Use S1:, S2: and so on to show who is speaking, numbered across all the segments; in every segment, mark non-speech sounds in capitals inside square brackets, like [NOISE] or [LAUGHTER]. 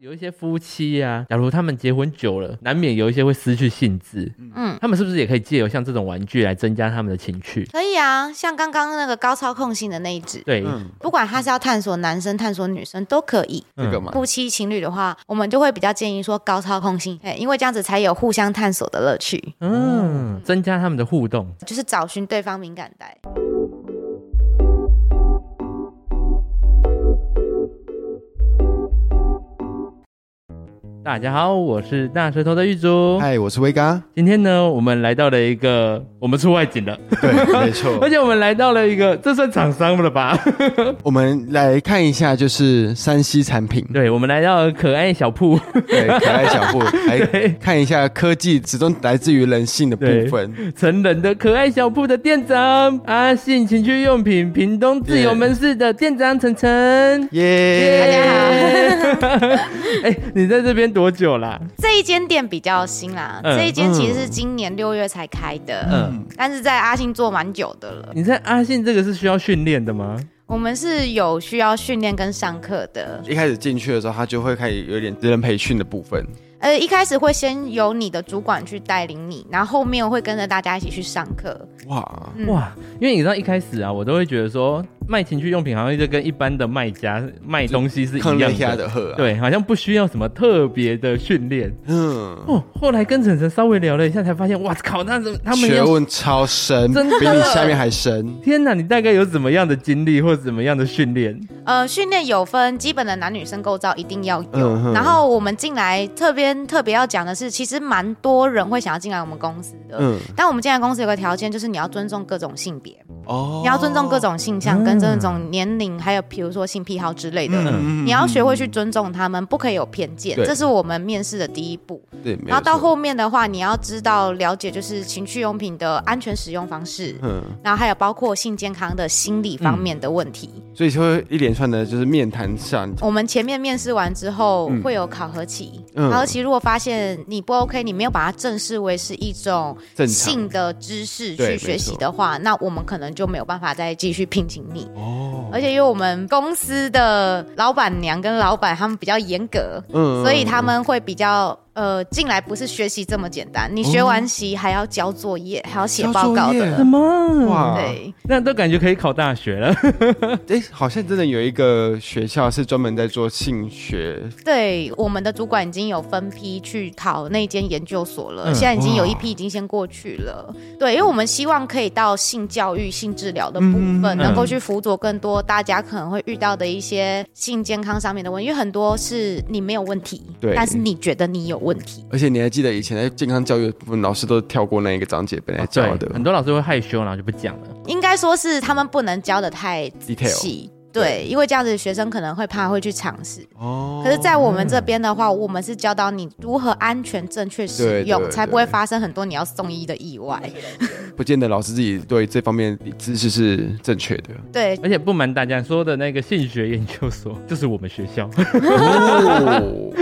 S1: 有一些夫妻呀、假如他们结婚久了，难免有一些会失去兴致。
S2: 嗯，
S1: 他们是不是也可以借由像这种玩具来增加他们的情趣？
S2: 可以啊，像刚刚那个高操控性的那一只，
S1: 对，
S3: 嗯，
S2: 不管他是要探索男生、探索女生都可以。
S1: 嗯
S3: 这个嘛，
S2: 夫妻情侣的话，我们就会比较建议说高操控性，哎，因为这样子才有互相探索的乐趣，
S1: 嗯，嗯，增加他们的互动。
S2: 就是找寻对方敏感带。
S1: 大家好，我是大舌头的玉竹。
S3: 嗨，我是威哥，
S1: 今天呢，我们来到了一个我们出外景了，
S3: 哦对，没
S1: 而
S3: 错，
S1: 且我们来到了一个，这算厂商了吧？
S3: [LAUGHS] 我们来看一下，就是山西
S1: [LAUGHS]
S3: 产品，
S1: 对，我们来到了可爱小铺。
S3: 对，可爱小布，来看一下科技始终来自于人性的部分，
S1: 成人的可爱小铺的店长，阿信情趣用品屏东自由门市的店长晨晨。
S3: 耶，
S1: 大家好。 [LAUGHS] 哎、你在这边多久啦？
S2: 这一间店比较新啦，
S1: 嗯
S2: 这一间其实是今年六月才开的，
S1: 嗯，
S2: 但是在阿信做蛮久的了。
S1: 你在阿信这个是需要训练的吗？
S2: 我们是有需要训练跟上课的，
S3: 一开始进去的时候，他就会开始有点人培训的部分，
S2: 呃，一开始会先由你的主管去带领你，然后后面会跟着大家一起去上课。
S3: 哇，
S2: 嗯
S1: 哇，因为你知道一开始啊，我都会觉得说卖情趣用品好像就跟一般的卖家卖东西是一
S3: 坑了一
S1: 样的。
S3: 下的啊喝，，
S1: 对，好像不需要什么特别的训练
S3: 嗯，
S1: 哦。后来跟晨晨稍微聊了一下，才发现，哇靠，那怎么他们
S3: 学
S1: 要
S3: 问超深，
S1: 真的
S3: 比你下面还深，
S1: 天哪，你大概有怎么样的经历或怎么样的训练？
S2: 呃，训练有分基本的男女生构造一定要有，
S3: 嗯哼
S2: 然后我们进来特别特别要讲的是，其实蛮多人会想要进来我们公司的。
S3: 嗯，
S2: 但我们进来公司有个条件，就是你要尊重各种性别，
S3: 哦
S2: 你要尊重各，种性向
S1: 嗯
S2: 跟这种年龄，还有比如说性癖好之类的，
S3: 嗯
S2: 你要学会去尊重他们，不可以有偏见，
S3: 对
S2: 这是我们面试的第一步。
S3: 对，没有
S2: 然后到
S3: 错，
S2: 后面的话，你要知道了解就是情趣用品的安全使用方式，
S3: 嗯，
S2: 然后还有包括性健康的心理方面的问题。
S3: 所以就会一连串的就是面谈上，
S2: 我们前面面试完之后、
S3: 嗯
S2: 会有考核期，
S3: 嗯
S2: 考核期如果发现你不 OK，你没有把它正视为是一种
S3: 正常
S2: 性的知识
S3: 对
S2: 去学习的话，那我们可能就没有办法再继续聘请你。
S3: 哦，
S2: 而且因为我们公司的老板娘跟老板他们比较严格，
S3: 嗯
S2: 所以他们会比较呃进来不是学习这么简单，你学完习还要交作业，还要写
S3: 哦交
S2: 报告
S3: 作业
S2: 的
S3: 什。
S1: 么
S3: 哇
S2: 嗯对，
S1: 那都感觉可以考大学了。
S3: 哎，好像真的有一个学校是专门在做性学，
S2: 对，我们的主管已经有分批去考那间研究所了，
S1: 嗯
S2: 现在已经有
S3: 哇
S2: 一批已经先过去了。对，因为我们希望可以到性教育、性治疗的部分，
S3: 嗯
S2: 能够去辅佐更多大家可能会遇到的一些性健康上面的问题，因为很多是你没有问题，
S3: 对
S2: 但是你觉得你有问题。
S3: 而且你还记得以前在健康教育的部分，老师都跳过那一个章节本来
S2: 哦
S3: 教哎的，
S1: 很多老师会害羞，然后就不讲了。
S2: 应该说是他们不能教的太仔
S3: Detail
S2: 细。对，因为这样子学生可能会怕会去尝试。
S3: 哦
S2: 可是，在我们这边的话，我们是教导你如何安全正确使
S3: 对
S2: 用，
S3: 对
S2: 才不
S3: 对
S2: 会发生很多你要送医的意外。
S3: 不见得老师自己对这方面的知识是正确的，
S2: 对，
S1: 而且不瞒大家说的那个性学研究所 [LAUGHS] 就是我们学校。
S3: 哦，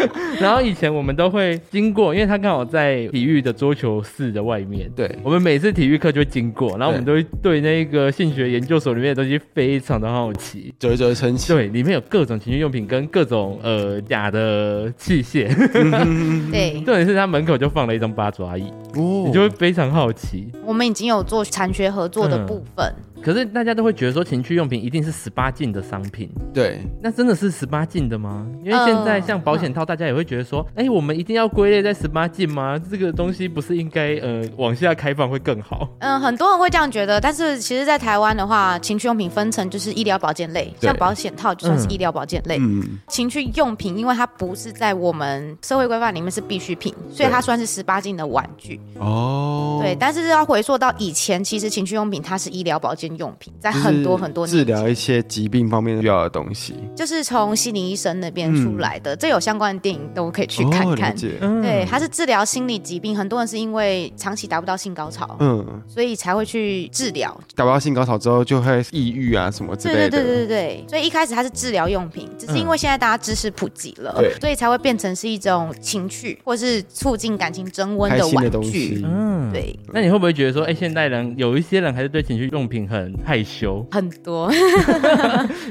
S1: 然后以前我们都会经过，因为他刚好在体育的桌球室的外面。
S3: [LAUGHS] 对，
S1: 我们每次体育课就会经过，然后我们都会对那个性学研究所里面的东西非常的好奇。
S3: 啧啧称奇，
S1: 对，里面有各种情趣用品跟各种呃假的器械， [LAUGHS]
S2: 对，
S1: 重点是他门口就放了一张八爪椅，
S3: 哦
S1: 你就会非常好奇。
S2: 我们已经有做产学合作的部分，
S1: 可是大家都会觉得说情趣用品一定是十八禁的商品，
S3: 对，
S1: 那真的是十八禁的吗？因为
S2: 呃
S1: 现在像保险套，大家也会觉得说，哎、我们一定要归类在十八禁吗？这个东西不是应该呃往下开放会更好？
S2: 嗯、很多人会这样觉得，但是其实，在台湾的话，情趣用品分成就是医疗保健类，
S3: 对
S2: 像保险套就算是医疗保健类。
S3: 嗯，
S2: 情趣用品，因为它不是在我们社会规范里面是必需品，所以它算是十八禁的玩具。
S3: 哦，
S2: 对，但是要回溯到以前，其实情趣用品它是医疗保健用品，在很多很多
S3: 治
S2: 年前，
S3: 疗一些疾病方面需要的东西，
S2: 就是从心理医生那边出来的，这有相关的电影都可以去看
S3: 嗯哦
S2: 看。
S3: 了解
S1: 嗯，
S2: 对，它是治疗心理疾病，很多人是因为长期达不到性高潮，
S3: 嗯，
S2: 所以才会去治疗。
S3: 达不到性高潮之后就会抑郁啊什么之
S2: 对
S3: 类的，
S2: 对
S3: 嗯
S2: 对对对对，所以一开始它是治疗用品，只是因为现在大家知识普及了，
S3: 对
S2: 所以才会变成是一种情趣或是促进感情增温
S3: 开
S2: 的
S3: 心的
S2: 玩
S3: 东
S2: 具。
S3: 西，
S1: 嗯，
S2: 对，
S1: 那你会不会觉得说，哎、现代人有一些人还是对情趣用品很很害羞，
S2: 很多， [LAUGHS]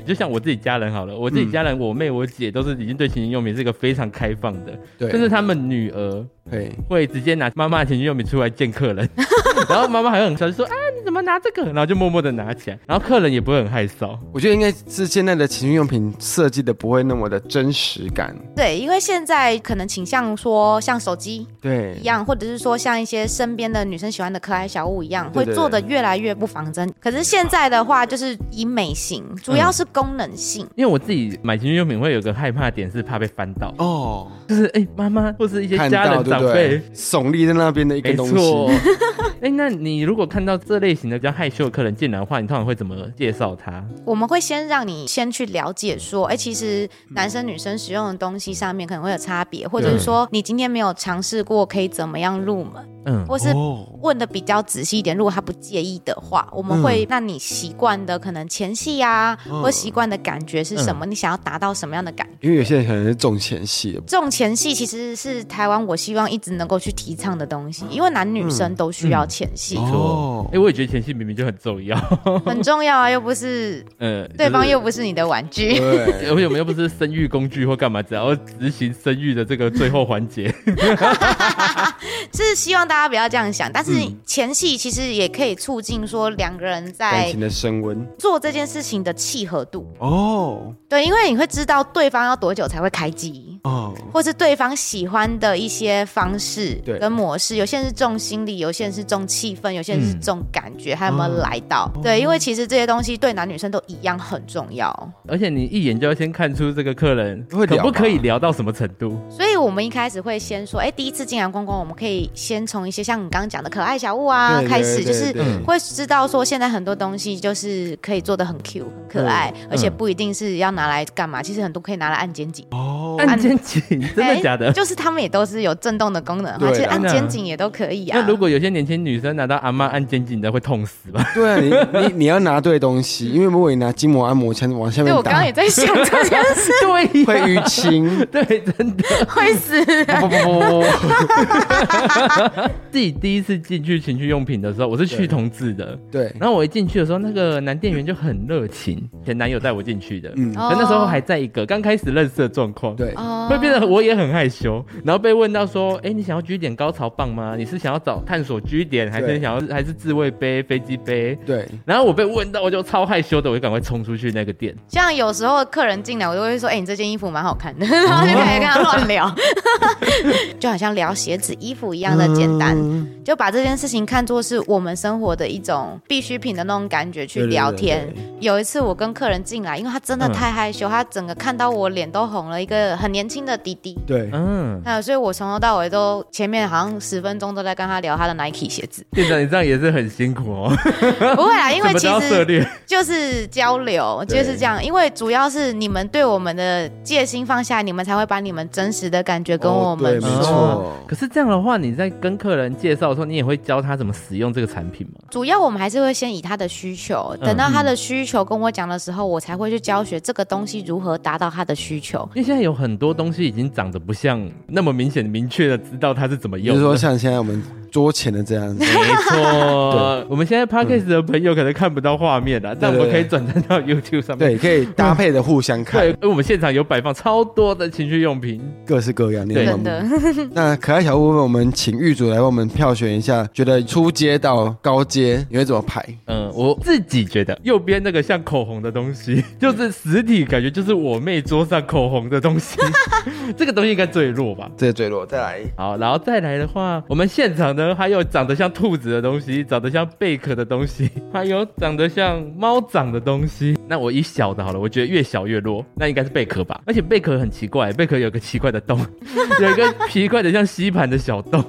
S1: 就像我自己家人好了，我自己家人，我妹我姐都是已经对情趣用品是一个非常开放的，
S3: 对，
S1: 甚至他们女儿
S3: 对，
S1: 会直接拿妈妈的情趣用品出来见客人，然后妈妈还会很生气说啊你怎么拿这个，然后就默默的拿起来，然后客人也不会很害臊，
S3: 我觉得应该是现在的情趣用品设计的不会那么的真实感，
S2: 对，因为现在可能倾向说像手机
S3: 对
S2: 一，样，或者是说像一些身边的女生喜欢的可爱小物一样，
S3: 对
S2: 会
S3: 对
S2: 做的越来越不仿真。可是现在的话，就是以美型，
S3: 嗯
S2: 主要是功能性。
S1: 因为我自己买情趣用品会有个害怕点是怕被翻到，
S3: 哦，
S1: 就是哎妈妈或是一些
S3: 看
S1: 家
S3: 到
S1: 人
S3: 对
S1: 长
S3: 不对
S1: 辈。？
S3: 耸立在那边的一
S1: 没
S3: 个东
S1: 错 [LAUGHS]
S3: 西，，
S1: 哎、那你如果看到这类型的比较害羞的客人进来的话，你通常会怎么介绍他？
S2: 我们会先让你先去了解说，哎、其实
S3: 嗯
S2: 男生女生使用的东西上面可能会有差别，或者是说你今天没有尝试过，可以怎么样入门，
S1: 嗯，
S2: 或是
S3: 哦，
S2: 问的比较仔细一点。如果他不介意的话，我们会让你习惯的可能前戏啊，
S3: 嗯
S2: 或习惯的感觉是什么，你想要达到什么样的感觉。
S3: 因为有些人可能是重前戏的，
S2: 这种前戏其实是台湾我希望一直能够去提倡的东
S3: 嗯
S2: 西，因为男女生都需要前戏，
S1: 没错，
S3: 哦
S1: 哎、我也觉得前戏明明就很重要，
S2: 很重要啊，又不是
S1: [LAUGHS] 呃，
S2: 对方又
S1: 又。
S2: 不是你的玩具。
S3: 对，
S1: 而哎且我们又不是生育工具或干嘛，只要执行生育的这个最后环节，
S2: [LAUGHS] 是希望大家不要这样想，但是
S3: 嗯
S2: 前戏其实也可以促进说两个人
S3: 感
S2: 在
S3: 情的升温
S1: 哎
S2: 做这件事情的契合度。
S3: 哦
S2: 对，因为你会知道对方要多久才会开机，
S3: 哦，
S2: 或是对方喜欢的一些方式
S3: 对
S2: 跟模式。有些人是重心理，有些人是重气氛，有些人是
S1: 嗯
S2: 重感觉，还有没有
S3: 哦
S2: 来到？对，因为其实这些东西对男女生都一样很重要。
S1: [LAUGHS] 而且你一眼就要先看出这个客人
S3: 会
S1: 可
S3: 聊
S1: 不
S3: 吗
S1: 可以聊到什么程度。
S2: 所以我们一开始会先说，哎，第一次进来逛逛，我们可以先从一些像你刚刚讲的可爱小物啊
S3: 对
S2: 开始，
S3: 对
S2: 就
S3: 对
S2: 是
S3: 对
S1: 嗯
S2: 会知道说现在很多东西就是可以做的很 Q 很可爱，
S1: 嗯
S2: 而且不一定是要拿来干嘛，其实很多可以拿来按肩颈。
S3: 哦，
S1: 按肩颈，真的
S2: [LAUGHS] 哎
S1: 假的？
S2: 就是他们也都是有震动的功能哈，
S3: 对
S2: 其实按
S1: 真的
S2: 肩颈也都可以啊。
S1: 那如果有些年轻女生拿到阿妈按肩颈的，会痛死吧？
S3: 对啊，你你你要拿对东西，因为如果你拿筋膜按摩枪往下
S2: 对
S3: 面
S2: 我刚刚
S3: 打
S2: 也，在想这件事
S1: 对
S3: 会
S1: 呀，
S3: 淤青。
S1: 对，真的。[LAUGHS]
S2: 会死，
S1: 不不不不不！自己 [LAUGHS] 第一次进去情趣用品的时候，我是去同志的。
S3: 对，
S1: 然后我一进去的时候，那个男店员就很热情，前男友带我进去的，嗯，
S3: 嗯
S1: 可那时候还在一个刚开始认识的状况，，
S3: 对，
S2: 哦
S1: 会变得我也很害羞，然后被问到说，哎，你想要 G 点高潮棒吗？你是想要找探索 G 点，还是
S3: 对
S1: 你想要还是自慰杯、飞机杯？
S3: 对，
S1: 然后我被问到，我就超害羞的，我就赶快冲出去那个店。
S2: 像有时候客人进来，我就会说：“哎、你这件衣服蛮好
S1: [LAUGHS]
S2: 看的。”
S1: 哦
S2: 然后就开始跟他乱聊， [LAUGHS] 就好像聊鞋子、衣服一样的简单，
S3: 嗯
S2: 就把这件事情看作是我们生活的一种必需品的那种感觉去聊天。
S3: 对对
S2: 有一次我跟客人进来，因为他真的
S1: 嗯
S2: 太害羞，他整个看到我脸都红了，一个很年轻的弟弟。
S3: 对，
S1: 嗯，
S2: 还有，所以我从头到尾都前面好像十分钟都在跟他聊他的 Nike 鞋子，
S1: 店长你这样也是很辛苦哦，
S2: 不会啦，因
S1: 怎
S2: 为
S1: 么
S2: 其
S1: 都要
S2: 实
S1: 涉猎。
S2: [LAUGHS] 就是交流，
S3: 对
S2: 就是这样。因为主要是你们对我们的戒心放下，你们才会把你们真实的感觉跟我们
S3: 哦对
S2: 说。
S3: 没
S1: 哦
S3: 错，
S1: 可是这样的话，你在跟客人介绍的时候，你也会教他怎么使用这个产品吗？
S2: 主要我们还是会先以他的需求，
S3: 嗯
S2: 等到他的需求跟我讲的时候，我才会去教学这个东西如何达到他的需求。
S1: 因为现在有很多东西已经长得不像那么明显、明确的知道它是怎么
S3: 比
S1: 用
S3: 如
S1: 的。
S3: 说像现在我们桌前的这样
S1: [LAUGHS]
S3: 子，
S1: 没 [LAUGHS] 错，我们现在 podcast 的朋友可能看不到画面啦，但我们可以转战到 YouTube 上面。
S3: 对，可以搭配的互相看
S1: 对，，因为我们现场有摆放超多的情趣用品。
S3: 各式各样。你
S1: 对
S3: 懂
S2: 真
S3: 吗
S2: 的，
S3: 那可爱小物部分，我们请狱主来帮我们票选一下，觉得初阶到高阶你会怎么排？
S1: 嗯，我自己觉得右边那个像口红的东西， [LAUGHS] 就是实体感觉就是我妹桌上口红的东西， [LAUGHS] 这个东西应该最弱吧？
S3: 这个最弱，再来
S1: 好，然后再来的话，我们现场呢还有长得像兔子的东西，长得像贝壳的东西，还有长得像猫掌的东西。 [LAUGHS] 那我以小的好了，我觉得越小越弱，那应该是贝壳吧。而且贝壳很奇怪，贝壳有个奇怪的洞， [LAUGHS] 有一个奇怪的像吸盘的小 [LAUGHS] 洞。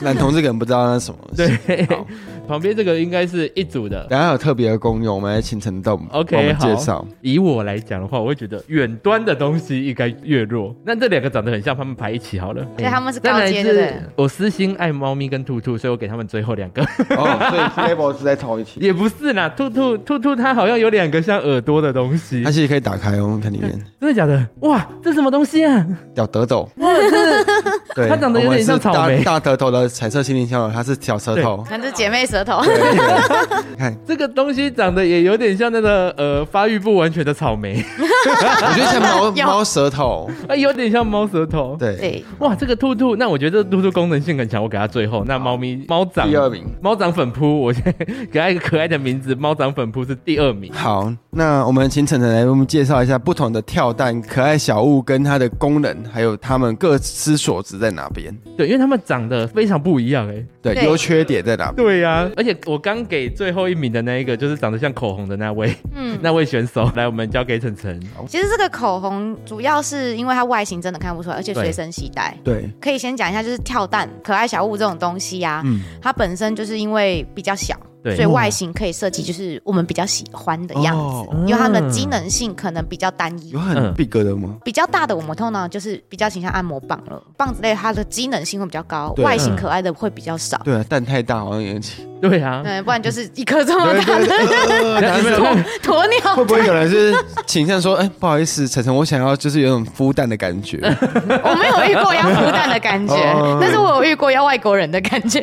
S3: 男同志可能不知道那是什么。
S1: 对，
S3: 好，
S1: 旁边这个应该是一组的。
S3: 等下有特别的功用，我们来请陈豆帮我
S1: OK，
S3: 们介
S1: 好 [LAUGHS]
S3: 绍。
S1: 以我来讲的话，我会觉得远端的东西应该越弱。那这两个长得很像，他们排一起好了。
S2: 所以他们是
S1: 再
S2: 高
S1: 来
S2: 阶，对不
S1: 是
S2: 对？
S1: 我私心爱猫咪跟兔兔，所以我给他们最后两个。
S3: 哦，所以 table 是在同一题，
S1: 也不是
S3: 嗯
S1: 啦，兔兔兔兔它好像有两个像耳朵的东西
S3: 它，其实可以打开哦，看里面
S1: 真的假的？哇，这什么东西
S3: [LAUGHS]
S1: 啊？
S3: 叫德斗。对，
S1: 它长得有点像草莓
S3: 我们是大大德头的彩色心灵小鸟，它是小舌头。
S2: 那是姐妹舌舌头。 [LAUGHS]
S3: 看，
S1: 这个东西长得也有点像那个呃发育不完全的草
S3: [LAUGHS]
S1: 莓，
S3: 我觉得像
S2: [LAUGHS]
S3: 猫
S2: 有
S3: 猫舌头，
S1: 啊，有点像猫舌头。，
S3: 对，
S2: 对，
S1: 哇，这个兔兔，那我觉得这兔兔功能性很强，我给它最后。那猫咪猫掌
S3: 第二名。
S1: 猫掌粉扑，我先给它一个可爱的名字，猫掌粉扑是第二名。
S3: 好，那我们请晨晨来为我们介绍一下不同的跳蛋可爱小物跟它的功能，还有它们各司所职在哪边。
S1: 对，因为它们长得非常不一样哎、
S3: 对，
S2: 对
S3: 优缺点在哪边？
S1: 对呀、而且我刚给最后一名的那一个，就是长得像口红的那位，
S2: 嗯，
S1: 那位选手。来，我们交给晨晨。
S2: 其实这个口红主要是因为它外形真的看不出来，而且
S1: 对
S2: 随身携带。
S3: 对，
S2: 可以先讲一下，就是跳蛋可爱小物这种东西啊，
S3: 嗯，
S2: 它本身就是因为比较小，
S1: 对
S2: 所以外形可以设计就是我们比较喜欢的样子，
S3: 哦
S2: 因为它们的机能性可能比较单一
S3: 有。很
S1: 嗯
S3: 逼格的吗？
S2: 比较大的我们通常就是比较倾向按摩棒了，棒子类它的机能性会比较高，
S3: 对
S2: 外形可爱的会比较少。
S3: 对啊，蛋太大好像有点 [LAUGHS] 奇。
S1: 对啊呀、
S2: 嗯，不然就是一颗这么
S3: 对
S2: 大
S3: 对
S2: 的
S3: 对，呃
S1: 你们有看
S2: 鸵鸟，
S3: 会不会有人是倾向说，哎、不好意思，晨晨，我想要就是有种孵蛋的感觉，
S2: 我没有遇过要孵蛋的感觉
S3: 哦，
S2: 但是我有遇过要外国人的感觉。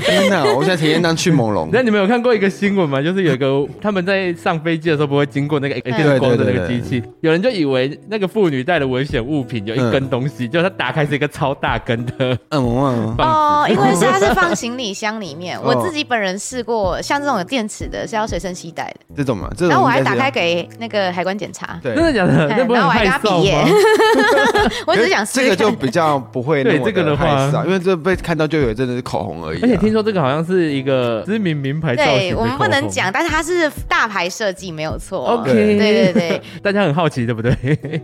S3: 天哪，我想体验当迅猛龙。
S1: 那你们有看过一个新闻吗？就是有一个 [LAUGHS] 他们在上飞机的时候不会经过那个 X
S2: 对
S1: 光的那
S3: 对
S1: 个
S3: 对
S1: 机器，有人就以为那个妇女带的危险物品有一根东西，结果她打开是一个超大根的
S3: 嗯，我忘了。
S1: 棒
S2: 哦，
S1: 子。
S2: 因为是它是放行李箱里面，
S3: 哦
S2: 我自己本人试过，像这种有电池的是要随身携带的，
S3: 这种嘛，这种
S2: 然后我还
S3: 应该
S2: 打
S3: 是
S2: 开给那个海关检查。
S1: [LAUGHS]
S3: 对
S1: 真，的假的？
S2: 哎
S1: 那不会很
S2: 然后我还
S1: 害
S2: 跟他
S1: 臊
S2: 比耶
S1: 吗？
S2: 我
S3: 可
S2: 只是
S3: 是
S2: 想试
S3: 这个
S2: 看
S3: 就比较
S1: [LAUGHS]
S3: 不会
S1: 对
S3: 那么
S1: 这个的话
S3: 害啊臊因为这被看到就以为真的是口红而已啊、
S1: [LAUGHS] 而且听说这个好像是一个知名名牌造型
S2: 对
S1: 的
S2: 我们不能
S1: 口红。
S2: 讲，但是它是大牌设计没有错。
S1: OK，
S3: 对
S2: 对对对，
S1: [LAUGHS] 大家很好奇对不
S2: [LAUGHS]
S1: 对？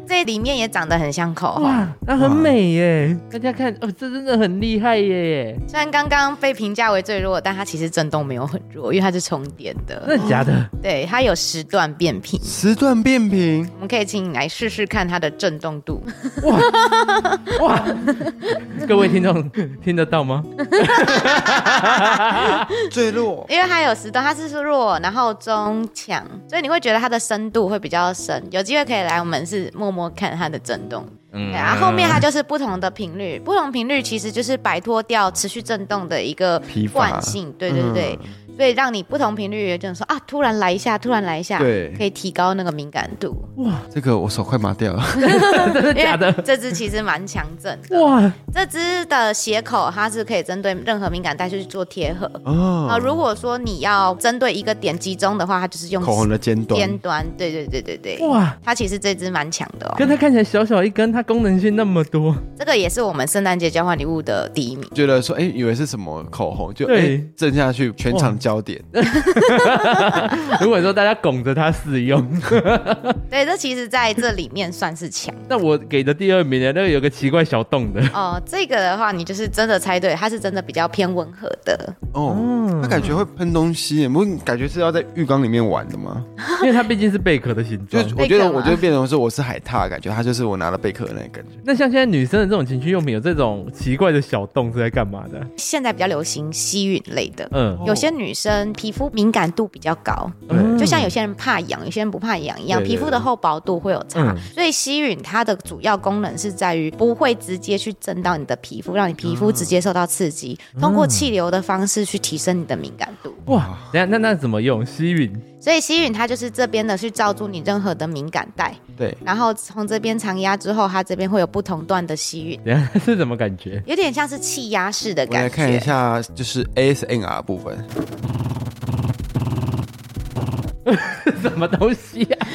S2: 这里面也长得很像口红，
S1: 哇，那很美耶！大家看，哦，这真的很厉害耶！
S2: 虽然刚刚被评价为最弱，但它其实震动没有很弱，因为它是重叠的
S1: 真，的假
S2: [LAUGHS]
S1: 的？
S2: 对，它有时段变频。
S3: 时段变频，
S2: 我们可以请你来试试看它的震动度。
S1: 哇哇！各位听众听得到吗？
S3: 坠落。
S2: 因为它有时段，它是弱，然后中强，所以你会觉得它的深度会比较深。有机会可以来我们是摸摸看它的震动，
S1: 嗯
S2: 对啊，后面它就是不同的频率，不同频率其实就是摆脱掉持续震动的一个
S3: 疲乏
S2: 惯性，对对对，
S1: 嗯
S2: 所以让你不同频率有一种说啊，突然来一下，突然来一下，
S3: 对
S2: 可以提高那个敏感度，
S3: 这个我手快麻掉了，
S1: [LAUGHS] [LAUGHS] 真的
S2: 因
S1: 假
S2: 为
S1: 的？
S2: 这支其实蛮强震的，
S1: 哇，
S2: 这支的斜口它是可以针对任何敏感带去做贴合。啊、
S1: 嗯
S3: 哦，
S2: 如果说你要针对一个点集中的话，它就是用
S3: 口红的尖端，
S2: 尖端，对对对对对，
S1: 哇！
S2: 它其实这支蛮强的
S1: 跟
S2: 哦。
S1: 它看起来小小一根，它功能性那么多， [LAUGHS]
S2: 这个也是我们圣诞节交换礼物的第一名。
S3: 觉得说，哎、以为是什么口红，就哎、
S1: 对
S3: 震下去，全场焦点。
S1: 如果说大家拱着它试用， [LAUGHS]
S2: 对，这其实在这里面算是强
S1: 那我给的第二名的那个有个奇怪小洞的， [LAUGHS]
S2: 哦、这个的话，你就是真的猜对，它是真的比较偏温和的。
S3: 哦，他感觉会喷东西耶，不感觉是要在浴缸里面玩的吗？
S1: 因为它毕竟是贝壳的形
S3: 就
S1: 状。
S3: 我觉
S2: 贝
S3: 得，
S2: 壳吗
S3: 我觉得变成说我是海獭，感觉它就是我拿了贝壳的那个感觉。
S1: 那像现在女生的这种情趣用品有这种奇怪的小洞是在干嘛的？
S2: 现在比较流行吸吮类的，
S3: 哦
S1: 嗯，
S2: 有些女生皮肤敏感度比较高，
S3: 对
S1: 嗯
S2: 就像有些人怕痒，有些人不怕痒一样，
S3: 对对
S2: 皮肤的厚薄度会有差。
S1: 嗯
S2: 所以吸吮它的主要功能是在于不会直接去震到你的皮肤，让你皮肤
S3: 嗯
S2: 直接受到刺激，通过气流的方式去提升你的敏感度。
S1: 哇，等一下那那怎么用吸吮？
S2: 所以吸吮它就是这边的去罩住你任何的敏感带，
S3: 对，
S2: 然后从这边长压之后，它这边会有不同段的吸吮，
S1: 等一下 [LAUGHS] 是什么感觉？
S2: 有点像是气压式的
S3: 我们来
S2: 感
S3: 看一
S2: 觉。
S3: 下，就是 ASMR 部分。
S1: 什么东西啊？ [LAUGHS]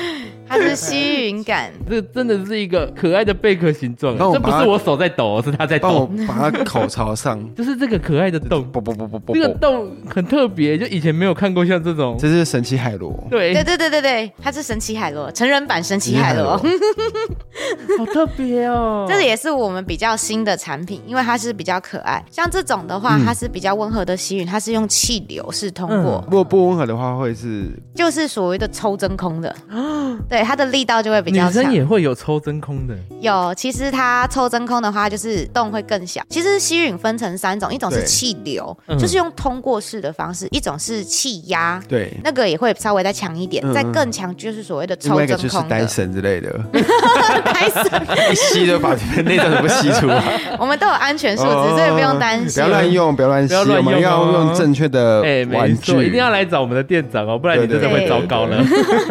S2: 它是吸吮感，
S1: 这真的是一个可爱的贝壳形状，啊
S3: 帮我
S1: 这不
S3: 把
S1: 是
S3: 它
S1: 我手在抖哦，是它在
S3: 帮我
S1: 抖，
S3: 把它口
S1: [LAUGHS]
S3: 朝上，
S1: 就是这个可爱的洞。
S3: 不不不不不
S1: 这个
S3: 不，
S1: 洞很特别，就以前没有看过像这种。
S3: 这是神奇海螺。
S1: 对
S2: 对，对对对对，它是神奇海螺，成人版神奇海螺。
S1: [LAUGHS] 好特别哦。
S2: [LAUGHS] 这个也是我们比较新的产品，因为它是比较可爱。像这种的话，
S3: 嗯
S2: 它是
S3: 嗯
S2: 比较温和的吸吮，它是用气流是通过，
S3: 如果不温和的话，会是
S2: 就是所谓的抽真空的，
S3: 啊
S2: 对，它的力道就会比
S1: 女
S2: 较
S1: 生
S2: 强。
S1: 也会有抽真空的，
S2: 有，其实它抽真空的话，就是洞会更小。其实吸吮分成三种，一种是
S3: 对
S2: 气流
S1: 嗯，
S2: 就是用通过式的方式；一种是气压，
S3: 对，
S2: 那个也会稍微再强一点
S3: 嗯，
S2: 再更强就是所谓的
S3: 另
S2: 抽
S3: 外一个
S2: 真
S3: 就是
S2: 空
S3: 单
S2: 的。 [LAUGHS]
S3: 神之类的，
S2: 开始，
S3: 一吸就把那段全部吸出来，
S2: 我们都有安全数值，
S3: 哦
S2: 所以不用担
S3: [LAUGHS] 不
S2: 心
S3: 要。乱用，不要乱吸，
S1: 不要乱
S3: 我
S1: 用哦
S3: 们要用正确的
S1: 哎、没
S3: 玩具
S1: 错，，一定要来找我们的店长哦，不然你真的会
S2: 呃对对
S1: 糟糕了。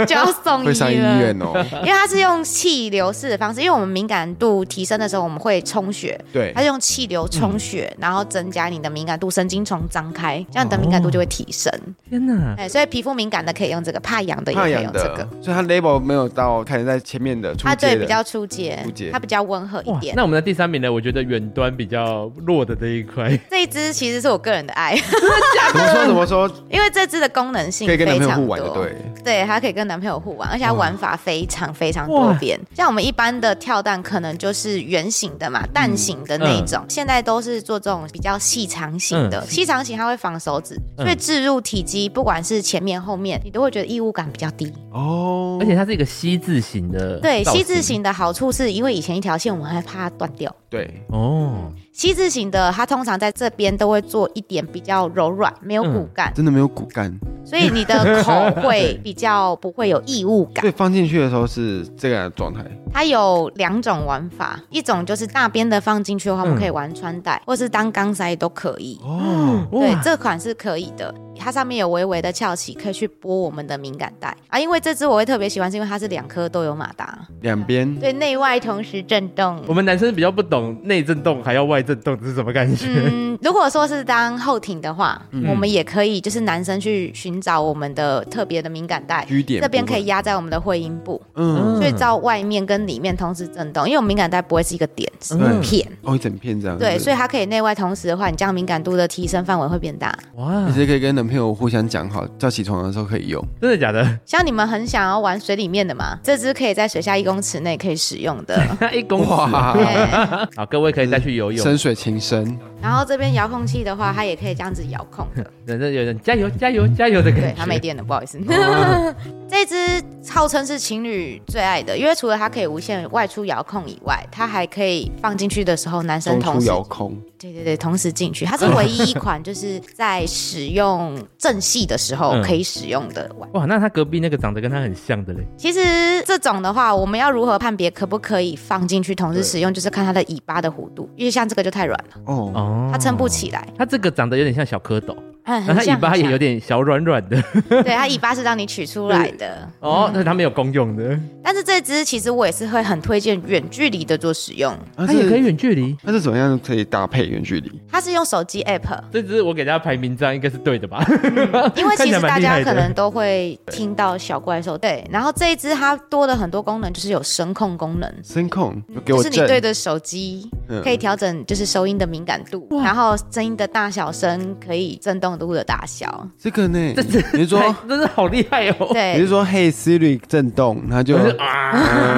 S2: 就要送
S3: 会上医
S2: 医了。
S3: 院哦。
S2: 因为它是用气流式的方式，因为我们敏感度提升的时候，我们会充血，
S3: 对嗯
S2: 它，是用气流充血，然后增加你的敏感度，神经丛张开，这样你的敏感
S3: 哦
S2: 度就会提升。
S1: [LAUGHS] 天哪，
S2: 哎、所以皮肤敏感的可以用这个，怕痒的也可
S3: 怕
S2: 以
S3: 痒
S2: 用这
S3: 的
S2: 个。，
S3: 所以它 label 没有到看在前面的，出
S2: 它对
S3: 街
S2: 比
S3: 的，
S2: 较初阶
S3: 初阶，
S2: 它比较温和一
S1: 哇！
S2: 点。
S1: 那我们的第三名呢？我觉得远端比较弱的这一块，
S2: 这一支其实是我个人的爱，
S3: 怎么说怎么说，
S2: 因为这支的功能性
S3: 可以
S2: 非
S3: 跟男朋友
S2: 常
S3: 互玩的，
S2: 多。
S3: 对，
S2: 对，还可以跟男朋友互玩，而且它玩法非常非常
S1: 哇
S2: 多变。像我们一般的跳蛋，可能就是圆形的嘛，
S3: 嗯
S2: 蛋形的那一种，现在都是做这种比较细长型
S1: 嗯
S2: 的。细长型它会防手指，
S1: 嗯
S2: 所以置入体积不管是前面后面，你都会觉得异物感比较低。
S3: 哦
S1: 而且它是一个 C 字形的，
S2: 对，西字形的好处是因为以前一条线我们害怕它断掉。
S3: 对，
S1: 哦，
S2: 西字形的，它通常在这边都会做一点比较柔软，没有骨感，
S1: 嗯
S3: 真的没有骨干，
S2: 所以你的口会比较不会有异物
S1: [LAUGHS]
S2: 感
S3: 所。以放进去的时候是这样的状态，
S2: 它有两种玩法，一种就是大边的放进去的话，我们
S1: 嗯
S2: 可以玩穿戴，或是当钢塞都可以。
S3: 哦，
S2: 对，
S1: 哇，
S2: 这款是可以的，它上面有微微的翘起，可以去拨我们的敏感带啊。因为这只我会特别喜欢，是因为它是两颗都有马达，
S3: 两边
S2: 对内外同时震动
S1: 我。们男生比较不懂内震动还要外震动这是什么感觉。
S2: [LAUGHS] 嗯，如果说是当后庭的话，
S3: 嗯
S2: 我们也可以就是男生去寻找我们的特别的敏感带，
S3: 居点
S2: 这边
S3: 部
S2: 可
S3: 分
S2: 以，压在我们的会阴部，
S3: 嗯，
S2: 所以照外面跟里面同时震动，因为我们敏感带不会是一个点，是
S1: 嗯
S2: 一片。
S3: 哦，一整片这样子，
S2: 对，所以它可以内外同时的话，你这样敏感度的提升范围会变大。
S1: 哇
S3: 你，直接可以跟男朋友互相讲好，叫起床的时候可以用。
S1: 真的假的？ [LAUGHS]
S2: 像你们很想要玩水里面的嘛，这只可以在水下一公尺内可以使用的。
S3: [LAUGHS]
S1: 它一公尺，
S2: 对，
S1: 好，各位可以再去游泳
S3: 深。水情深，
S2: 然后这边遥控器的话，它也可以这样子遥控的。
S1: [LAUGHS] 人生有点加油加油加油的感
S2: 对
S1: 觉，，
S2: 它没电了，不好意思。
S1: 哦
S2: [LAUGHS] 这只号称是情侣最爱的，因为除了它可以无线外出遥控以外，它还可以放进去的时候，男生
S3: 中
S2: 同
S3: 出
S2: 时
S3: 遥控，
S2: 对对对，同时进去，它是唯一一款就是在使用正戏的时候
S1: 嗯
S2: 可以使用的玩。
S1: 哇，那他隔壁那个长得跟他很像的嘞，
S2: 其实这种的话，我们要如何判别可不可以放进去同时使用，就是看它的尾巴的弧度，因为像这个就太软了，
S3: 哦，
S1: 哦，
S2: 它撑不。起来。
S1: 他这个长得有点像小蝌蚪，
S2: 嗯，
S1: 然
S2: 很
S1: 后他
S2: 像
S1: 尾巴也有
S2: 点，
S1: 点小软软的。
S2: [LAUGHS] 对，它尾巴是让你取出来的。
S1: [LAUGHS] 哦，那它没有公用的，
S2: 但是这只其实我也是会很推荐远距离的做使用，
S3: 它
S1: 它也可以
S3: 是
S1: 远距离。
S3: 它是怎么样可以搭配远距离？
S2: 它是用手机 app，
S1: 这只是我给大家排名，这样应该是对的吧？
S2: [LAUGHS] 因
S1: 看
S2: 为其
S1: 起来
S2: 实大
S1: 蛮厉
S2: 家
S1: 害
S2: 可
S1: 的
S2: 能都会听到小怪兽，对。然后这一只它多了很多功能，就是有声控功能，
S3: 声控就给
S2: 就
S3: 我
S2: 是你
S3: 震，
S2: 对着手机
S3: 嗯
S2: 可以调整就是收音的敏感度，然后声音的大小声可以震动度的大小。
S3: 这个
S2: [LAUGHS]
S3: 呢？
S1: 这只
S3: 你是
S1: [LAUGHS]
S3: 说
S1: 太哎真是好厉害哦！
S3: 你是
S2: 对，
S3: 说嘿 Siri 震动，它就
S1: 就是 [LAUGHS] 啊，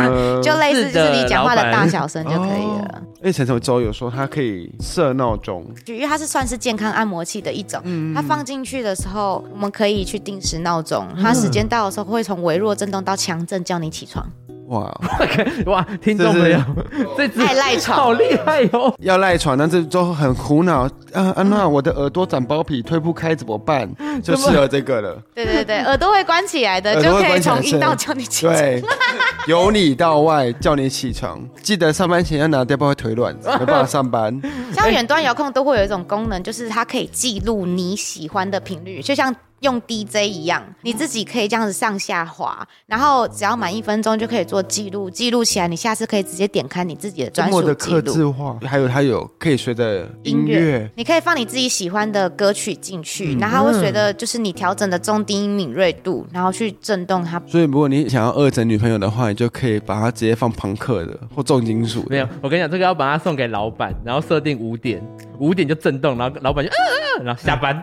S3: 呃
S2: 就类似就是你讲话的大小声就
S3: 老板
S2: 可以了。
S3: 哎，陈晨周有说它可以设闹钟，
S2: 因为它是算是健康按摩器的一种，
S3: 嗯
S2: 它放进去的时候，我们可以去定时闹钟，它时间到的时候会从微弱震动到强震叫你起
S3: [LAUGHS]
S2: 床。
S3: 哇，
S1: 哇，听众朋友， [LAUGHS] 这只
S2: 爱赖床
S1: 好厉害哦！
S3: 要赖床，但这周很苦恼啊啊那我的耳朵长包皮，推不开怎么办？就适合这个了，
S2: 对对对，耳朵会关起来的，
S3: 耳
S2: 就
S3: 朵会
S2: 可以
S3: 关起来
S2: 从
S3: 是
S2: 阴道叫你起床。
S3: 对， [LAUGHS] 由里到外叫你起床，记得上班前要拿掉，不然会腿
S2: [LAUGHS]
S3: 软，没办法上班。
S2: 像远端遥控都会有一种功能，就是它可以记录你喜欢的频率，就像用 DJ 一样，你自己可以这样子上下滑，然后只要满一分钟就可以做记录，记录起来，你下次可以直接点开你自己的
S3: 这
S2: 专
S3: 么
S2: 属
S3: 的
S2: 记
S3: 克
S2: 录。
S3: 制化，还有它有可以随着音乐，
S2: 你可以放你自己喜欢的歌曲进
S1: 嗯
S2: 去，然后它会随着就是你调整的中低音敏锐度，然后去震动它。
S3: 所以如果你想要二整女朋友的话，你就可以把它直接放朋克的或重金属
S1: 没
S3: 的。
S1: 有，我跟你讲，这个要把它送给老板，然后设定五点，五点就震动，然后老板就嗯嗯，然后下 [LAUGHS] 班。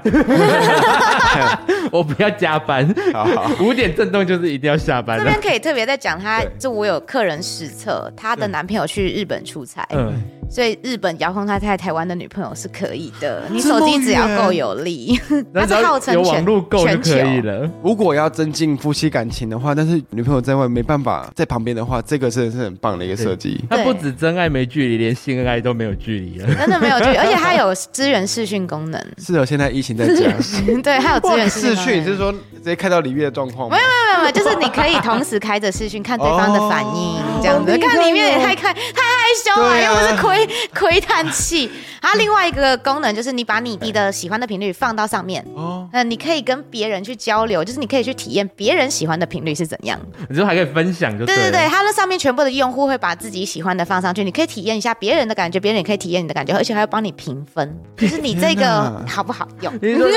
S1: 我不要加 [LAUGHS] 班，
S3: 好好，
S1: 五点震动就是一定要下班
S2: 这
S1: 了
S2: 边。可以特别再讲它，
S3: 对
S2: 就我有客人实测，她的男朋友去日本出差，
S1: 嗯，
S2: 所以日本遥控他在台湾的女朋友是可以的，你手机只要够有力， [LAUGHS] 它
S1: 然
S2: 是
S1: 后
S2: 号称
S1: 有
S2: 全
S1: 网络够就
S2: 全球
S1: 可以了。
S3: 如果要增进夫妻感情的话，但是女朋友在外没办法在旁边的话，这个真的是很棒的一个设计。
S1: 它不
S2: 对
S1: 止真爱没距离，连性爱都没有距离 [LAUGHS] 了。
S2: 真的没有距离，而且它有支援视讯
S1: [LAUGHS]
S2: 功能。
S3: 适合现在疫情在家。
S2: [LAUGHS] 对，它有支援
S3: 视
S2: 视
S3: 讯，
S2: 讯
S3: 你是
S2: 功能。
S3: 说直接看到里面的状况吗？
S2: 没有没有，就是你可以同时开着视讯看对方的反应，
S3: 哦
S2: 这样子。
S3: 好厉害哦
S2: 看里面也太看太害羞了，
S3: 对啊
S2: 又不是窥窥探器。它另外一个功能就是你把你你的喜欢的频率放到上面，
S3: 哦，
S2: 嗯，你可以跟别人去交流，就是你可以去体验别人喜欢的频率是怎样。
S1: 你说还可以分享就
S2: 对
S1: 对
S2: 对对，
S1: 了。
S2: 它那上面全部的用户会把自己喜欢的放上去，你可以体验一下别人的感觉，别人也可以体验你的感觉，而且还会帮你评
S3: [LAUGHS]
S2: 分，就是你这
S3: 天
S2: 个
S3: 哪
S2: 好不好用。
S1: 你 [LAUGHS] 说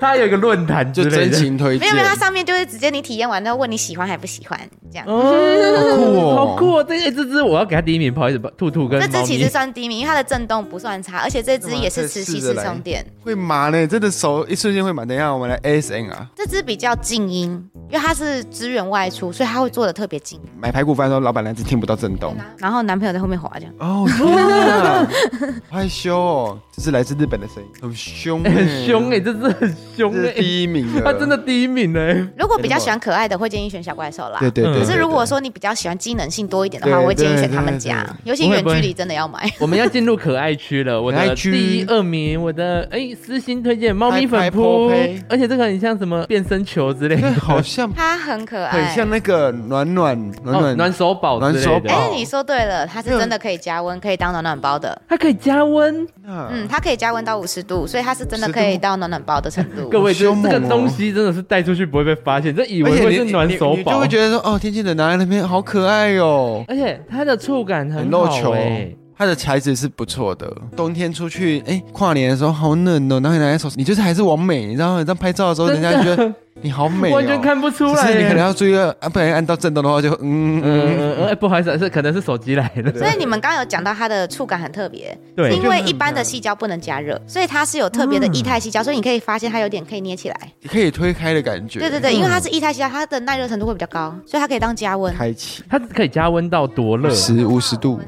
S1: 它有一个论坛之
S3: 就
S1: 类
S3: 真
S1: 的，
S3: 情推
S2: 没
S3: 荐
S2: 有没有，它上面就是直接你体验完，然后问你喜欢还不喜欢这样。
S1: 哦，
S3: 好酷哦
S1: 好酷哦！这个这只我要给它第一名，不好意思，兔兔跟
S2: 这
S1: 猫
S2: 只其
S1: 咪
S2: 实。算低迷，因为它的震动不算差，而且这只也是磁吸式充电。
S3: 会麻呢，真的手一瞬间会麻。等一下，我们来 ASMR。
S2: 这只比较静音，因为它是支援外出，所以它会做的特别静。
S3: 买排骨饭的时候，老板娘只听不到震动。
S2: 然后男朋友在后面滑这样，
S3: 哦，
S1: [LAUGHS]
S3: 天哪，好害羞哦！这是来自日本的声音，很凶、欸，
S1: [LAUGHS]
S3: [LAUGHS]
S1: 很凶哎、欸，这只很凶
S3: 这
S1: 哎、
S3: 是第一
S1: [LAUGHS]
S3: 名了。
S1: 它真的第一名哎、
S2: 如果比较喜欢可爱的，会建议选小怪兽啦。
S3: 对，对对
S1: 嗯
S3: 对
S2: 可是如果说你比较喜欢机能性多一点的话，
S3: 对
S2: 我会建议选
S3: 对
S2: 他们
S3: 对
S2: 家
S3: 对，
S2: 尤其
S1: 不会
S2: 远
S1: 不
S2: 距
S1: 会
S2: 离真的要买。
S1: 我们要进入可爱区了，我
S3: 可爱
S1: 的
S3: 区
S1: 第二名，我的哎、私心推荐猫咪粉扑
S3: 拍拍拍，
S1: 而且这个很像什么变身球之类
S3: 对
S1: 的，
S3: [LAUGHS] 哎
S1: [LAUGHS]
S3: 好像
S2: 它很可爱，
S3: 很像那个暖暖暖
S1: 哦
S3: 暖
S1: 暖手宝之类的，
S3: 暖手宝
S2: 哎，你说对了，它是真的可以加温，可以当暖暖包的。
S1: 它可以加温。
S3: 啊
S2: 嗯，它可以加温到五十度，所以它是真的可
S3: 50
S2: 以
S3: 度
S2: 到暖暖包的程
S1: [LAUGHS]
S2: 度。 [LAUGHS]
S1: 各位，
S3: 好
S1: 这
S3: 凶猛
S1: 这
S3: 哦
S1: 个东西真的是带出去不会被发现，这以
S3: 而
S1: 为
S3: 且
S1: 会
S3: 你
S1: 是暖手
S3: 你你就
S1: 宝
S3: 会，觉得说，哦，天气冷，拿在那边好可爱哦。
S1: 而且它的触感
S3: 很
S1: 很
S3: 肉
S1: 好
S3: 球
S1: 哎、，
S3: 它的材质是不错的。冬天出去，哎，跨年的时候好冷哦，然后你拿在手，你就是还是完美，你知道吗？你这样拍照的时候，人
S1: 真
S3: 家
S1: 的
S3: 就觉得你好美、哦，
S1: 完全看不出来、
S3: 只是你可能
S1: 欸。
S3: 要注意了，啊，不然按到震动的话就嗯
S1: 嗯
S3: 嗯
S1: 嗯嗯，哎、不好意思，是可能是手机来了。
S2: 所以你们刚刚有讲到它的触感很特别，
S1: 对
S2: 是因为一般的细胶不能加热，所以它是有特别的液态细胶，所以你可以发现它有点可以捏起来。
S3: 嗯，可以推开的感觉。
S2: 对对对，因为它是液态细胶，它的耐热程度会比较高，所以它可以当加温。
S3: 开启
S1: 它可以加温到多热？
S3: 十五十度，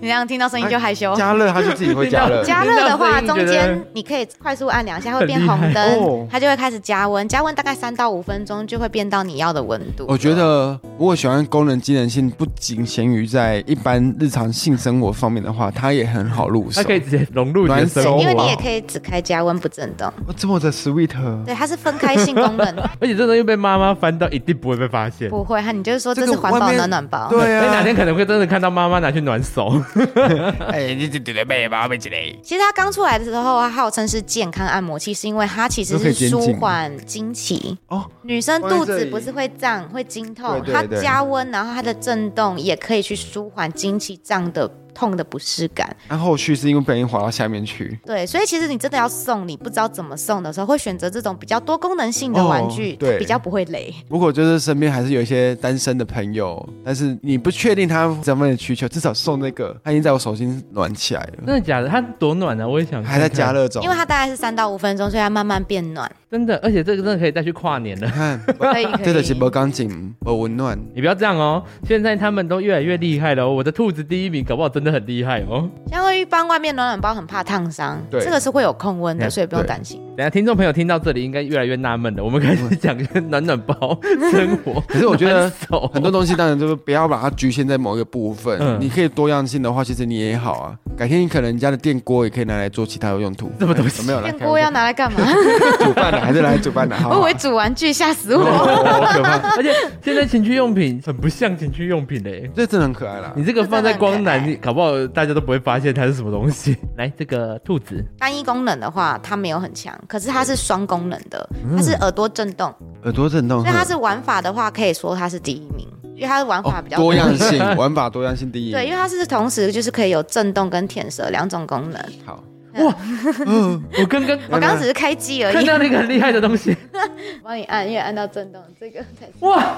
S2: 你这样听到声音就害羞。
S3: 加热它就自己啊会加热。
S2: 加热的话，
S1: 听到声音
S2: 中
S1: 觉得
S2: 间你可以快速按两下，会
S1: 很
S2: 变
S1: 厉害
S2: 红
S3: 哦
S2: 灯，它就会开始加温。加温大概三到五分钟就会变到你要的温度。
S3: 我觉得，如果喜欢功能机能性，不仅限于在一般日常性生活方面的话，它也很好入手。
S1: 它可以直接融入你的哦
S3: 暖
S1: 生
S3: 手
S1: 活，
S2: 因为你也可以只开加温不震动，
S3: 哦这么的 sweet，
S2: 对，它是分开性功能，
S1: [LAUGHS] 而且这东西被妈妈翻到，一定不会被发现。
S2: 不会。哈，你就是说这
S3: 这
S2: 是
S3: 个
S2: 环
S3: 外
S2: 保
S3: 面
S2: 暖暖包，
S3: 对
S1: 所以哪
S3: 啊，
S1: 天可能会真的看到妈妈拿去暖手，
S3: [LAUGHS] 哎，你这点背吧，背起来。
S2: 其实它刚出来的时候，它号称是健康按摩器，是因为它其实
S3: 都可以
S2: 是
S3: 减
S2: 舒
S3: 紧
S2: 缓经期。
S3: 哦，
S2: 女生肚
S3: 放在这
S2: 子
S3: 里
S2: 不是会胀、会经痛，
S3: 对对
S2: 它
S3: 对
S2: 加温，然后它的震动也可以去舒缓经期胀的痛的不适感。
S3: 那后续是因为不小心滑到下面去，
S2: 对，所以其实你真的要送，你不知道怎么送的时候，会选择这种比较多功能性的玩具，
S3: 哦对
S2: 它比较不会累。
S3: 如果就是身边还是有一些单身的朋友，但是你不确定他怎么样的需求，至少送那个，他已经在我手心暖起来了，
S1: 真的假的？它多暖啊！我也想看看
S3: 还在加，热中。
S2: 因为它大概是三到五分钟，所以它慢慢变
S3: [LAUGHS]
S2: 暖，
S1: 真的，而且这个真的可以带去跨年了。
S3: 看，
S2: 可以可以。
S3: 这个是不钢筋，不温暖。
S1: 你不要这样哦！现在他们都越来越厉害了哦。我的兔子第一名，搞不好真的很厉害哦。
S2: 像会一般外面暖暖包很怕烫伤，
S3: 对哎
S2: 这个是会有控温的，
S1: 嗯
S2: 所以不用
S3: 对
S2: 担心。
S1: 等一下听众朋友听到这里，应该越来越纳闷了。我们开始讲暖暖包生 [LAUGHS] 活，
S3: 可是我觉得
S2: [LAUGHS]
S1: 暖手
S3: 很多东西当然就是不要把它局限在某一个部分，
S1: 嗯
S3: 你可以多样性的话，其实你也好啊。改天你可能你家的电锅也可以拿来做其他的用途，
S1: 这么东西
S3: 没有啦
S2: 电锅要拿来干嘛？
S3: 开玩笑煮饭啊的，还是拿来煮饭的？好
S2: 我以
S3: 好
S2: 为煮玩具，吓死我！
S3: 哦好可怕，
S1: 而且现在情趣用品很不像情趣用品嘞。
S3: [LAUGHS] 这真的很可爱啦
S2: 嗯
S1: 你。这个放在光
S2: 这真的很可爱
S1: 南，你搞不好大家都不会发现它是什么东西。来，这个兔子，
S2: 单一功能的话，它没有很强，可是它是双功能的，
S3: 嗯
S2: 它是耳朵震动，
S3: 耳朵震动，
S2: 所以它是玩法的话，可以说它是第一名，因为它的玩
S3: 哦
S2: 法比较
S3: 多样
S2: [LAUGHS]
S3: 性，玩法多样性第一。
S2: 对，因为它是同时就是可以有震动跟舔舌两种功能。
S3: 好，
S1: 我刚刚
S2: 我刚刚只是开机而
S1: 看
S2: 已，
S1: 到那个很厉害的东西，
S2: 帮你按，因为按到震动，这个才是。
S1: 哇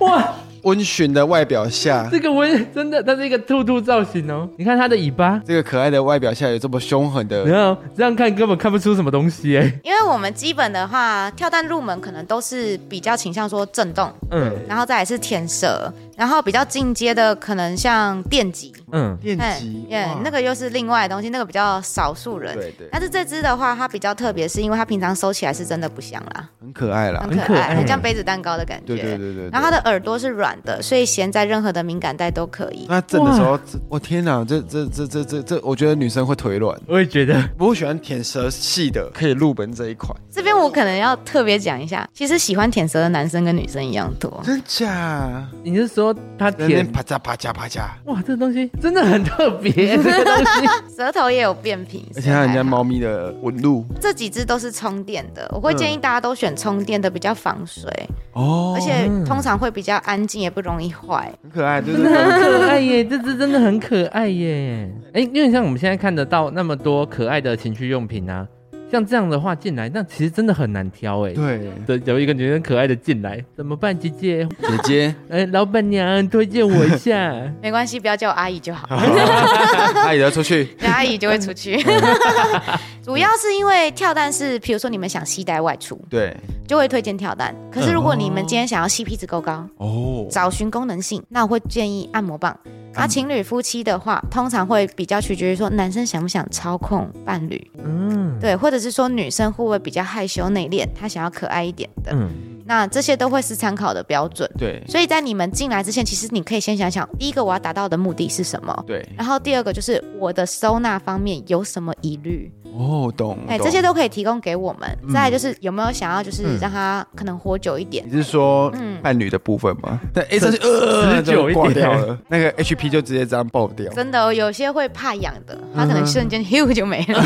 S1: 哇！
S3: 温驯的外表下，
S1: 这个我也真的，它是一个兔兔造型哦。你看它的尾巴，
S3: 这个可爱的外表下有这么凶狠的，
S1: 然后这样看根本看不出什么东西哎。
S2: 因为我们基本的话，跳蛋入门可能都是比较倾向说震动，
S1: 嗯，
S2: 然后再来是舔舌，然后比较进阶的可能像电极，
S1: 嗯，
S3: 电
S2: 哎
S3: 极，
S2: 耶
S3: 哇
S2: 那个又是另外的东西，那个比较少数人。
S3: 对对，
S2: 但是这只的话，它比较特别，是因为它平常收起来是真的不香啦，
S3: 啊很可爱啦
S2: 很，
S1: 很
S2: 可
S1: 可
S2: 爱，很
S1: 爱
S2: 像杯子蛋糕的感觉。
S3: 对对对对。
S2: 然后它的耳朵是软的，所以衔在任何的敏感带都可以。
S3: 那整的时候，这我天哪，这这这这这这，我觉得女生会腿软。
S1: 我也觉得
S3: 我喜欢舔舌系的，可以入门这一款，
S2: 这边我可能要特别讲一下，其实喜欢舔舌的男生跟女生一样
S3: [LAUGHS]
S2: 多。
S3: 真假？
S1: 你是说它
S3: 在那边
S1: 甜？
S3: 啪嚓啪嚓啪嚓，
S1: 哇，这个东西真的很特别，这个东西。
S2: 舌头也有变频，
S3: 而且还有人
S2: 所以还
S3: 家
S2: 好
S3: 猫咪的纹路
S2: 这几只都是充电的，我会建议大家都选充电的，比较防水，
S3: 嗯哦
S2: 而且通常会比较安静，也不容易坏。
S3: [LAUGHS] 很可爱，对
S1: 真
S3: 对
S1: 的
S3: 对。
S2: [LAUGHS]
S1: 很可爱耶， [LAUGHS] 这只真的很可爱耶。哎、因为像我们现在看得到那么多可爱的情趣用品啊，像这样的话进来，那其实真的很难挑哎。
S3: 对，
S1: 对，有一个女生可爱的进来，怎么办，姐姐？
S3: 姐 [LAUGHS] 姐，
S1: 哎、老板娘推荐我一下。
S2: 没关系，不要叫我阿姨就好，
S3: 阿姨要出去，
S2: 叫阿姨就会
S1: [LAUGHS]
S2: 出去。主要是因为跳蛋是，比如说你们想携带外出，
S3: 对，
S2: 就会推荐跳蛋。可是如果你们今天想要吸屁子够高，
S3: 哦，
S2: 找寻功能性，那我会建议按摩棒。
S1: 嗯
S2: 啊，情侣夫妻的话，通常会比较取决于说男生想不想操控伴侣，
S1: 嗯
S2: 对，或者是说女生会不会比较害羞内敛，她想要可爱一点的，
S1: 嗯，
S2: 那这些都会是参考的标准。
S3: 对
S2: 所以在你们进来之前，其实你可以先想想，第一个我要达到的目的是什么，
S3: 对，
S2: 然后第二个就是我的收纳方面有什么疑虑，
S3: 哦，懂，
S2: 哎，
S3: 懂嗯
S2: 这些都可以提供给我们。再来就是有没有想要就是让他可能活久一点
S3: 你，是说
S2: 嗯
S3: 伴侣的部分吗？对，哎，这是呃，
S1: 持久一点
S3: 就挂掉了， [LAUGHS] 那个 HP 就直接这样爆掉，
S2: 嗯真的，哦有些会怕痒的，他
S3: 嗯
S2: 可能瞬间 [LAUGHS] 咻就没
S3: [LAUGHS]
S2: 了，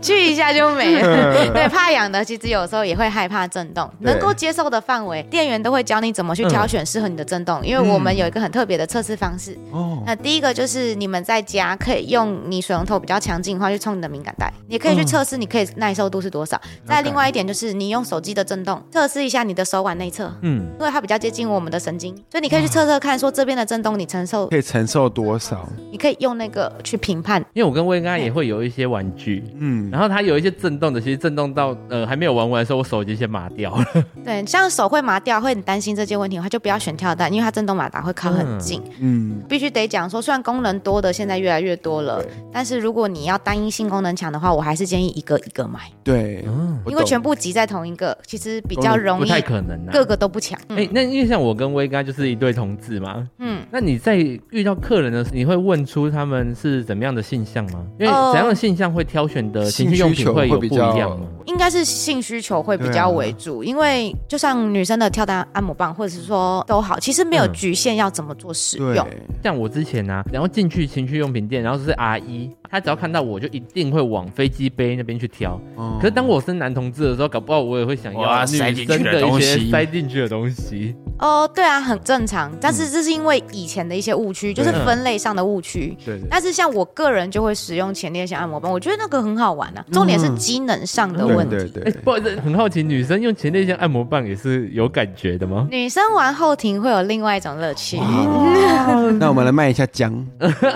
S2: 去一下就没了。对，怕痒的其实有时候也会害怕震动，
S3: 对嗯
S2: 能够接受的范围，店员都会教你怎么去挑选适合你的震动，因为我们有一个很特别的测试方式。
S3: 哦，
S2: 那第一个就是你们在家可以用你水龙头比较强劲的话去冲你的敏感带，你可以去测试你可以耐受度是多少。
S3: 嗯
S2: 再另外一点就是你用手机的震动测试一下你的手腕内侧，
S1: 嗯，
S2: 因为它比较接近我们的神经，所以你可以去测测看说这边的震动你承受
S3: 可以承受多少？
S2: 你可以用那个去评判。
S1: 因为我跟薇安也会有一些玩具。
S3: 嗯，
S1: 然后它有一些震动的，其实震动到呃还没有玩完的时候，我手机先麻掉了。
S2: 对，像手会麻掉，会很担心这些问题的话，就不要选跳蛋，因为它震动马达会靠很近。
S3: 嗯，
S2: 必须得讲说，虽然功能多的现在越来越多了
S3: 对，
S2: 但是如果你要单一性功能强的话，我还是建议一个一个买，
S3: 对，
S1: 嗯，
S3: 我
S2: 因为
S3: 懂
S2: 全部集在同一个，其实比较容
S1: 不
S2: 易
S1: 太可能啊。
S2: 各个都不强。
S1: 哎、
S2: 嗯
S1: 那因为像我跟薇刚就是一对同志嘛，
S2: 嗯，
S1: 那你在遇到客人的时候，你会问出他们是怎么样的性向吗？
S3: 哦
S1: 因为
S2: 呃
S1: 怎样的性向会挑选的情趣用品会有不一样吗？
S2: 应该是性需求会
S1: 啊
S2: 比较为主，因为就像女生的跳蛋按摩棒，或者是说都好，其实没有
S1: 嗯
S2: 局限要怎么做使
S3: 对
S2: 用。
S1: 像我之前啊，然后进去情趣用品店，然后就是阿姨，她只要看到我就一定会往飞机杯那边去挑。
S3: 哦
S1: 可是当我是男同志的时候，搞不好我也会想
S3: 我要
S1: 要女
S3: 塞
S1: 生
S3: 进去的
S1: 的一
S3: 东
S1: 些
S3: 西
S1: 塞进去的东西。
S2: 哦，对啊，很正常，但是这是因为以前的一些误区，就是
S1: 嗯对啊
S2: 分类上的误区。
S3: 对对
S2: 但是像我个人就会使用前列腺按摩棒，我觉得那个很好玩啊。重点
S1: 嗯
S2: 是机能上的问题。
S3: 对对
S1: 哎、
S3: 对，
S1: 不好意思，很好奇，女生用前列腺按摩棒也是有感觉的吗？ [LAUGHS]
S2: 女生玩后庭会有另外一种乐趣。
S1: 哦
S3: [LAUGHS] 那我们来卖一下姜，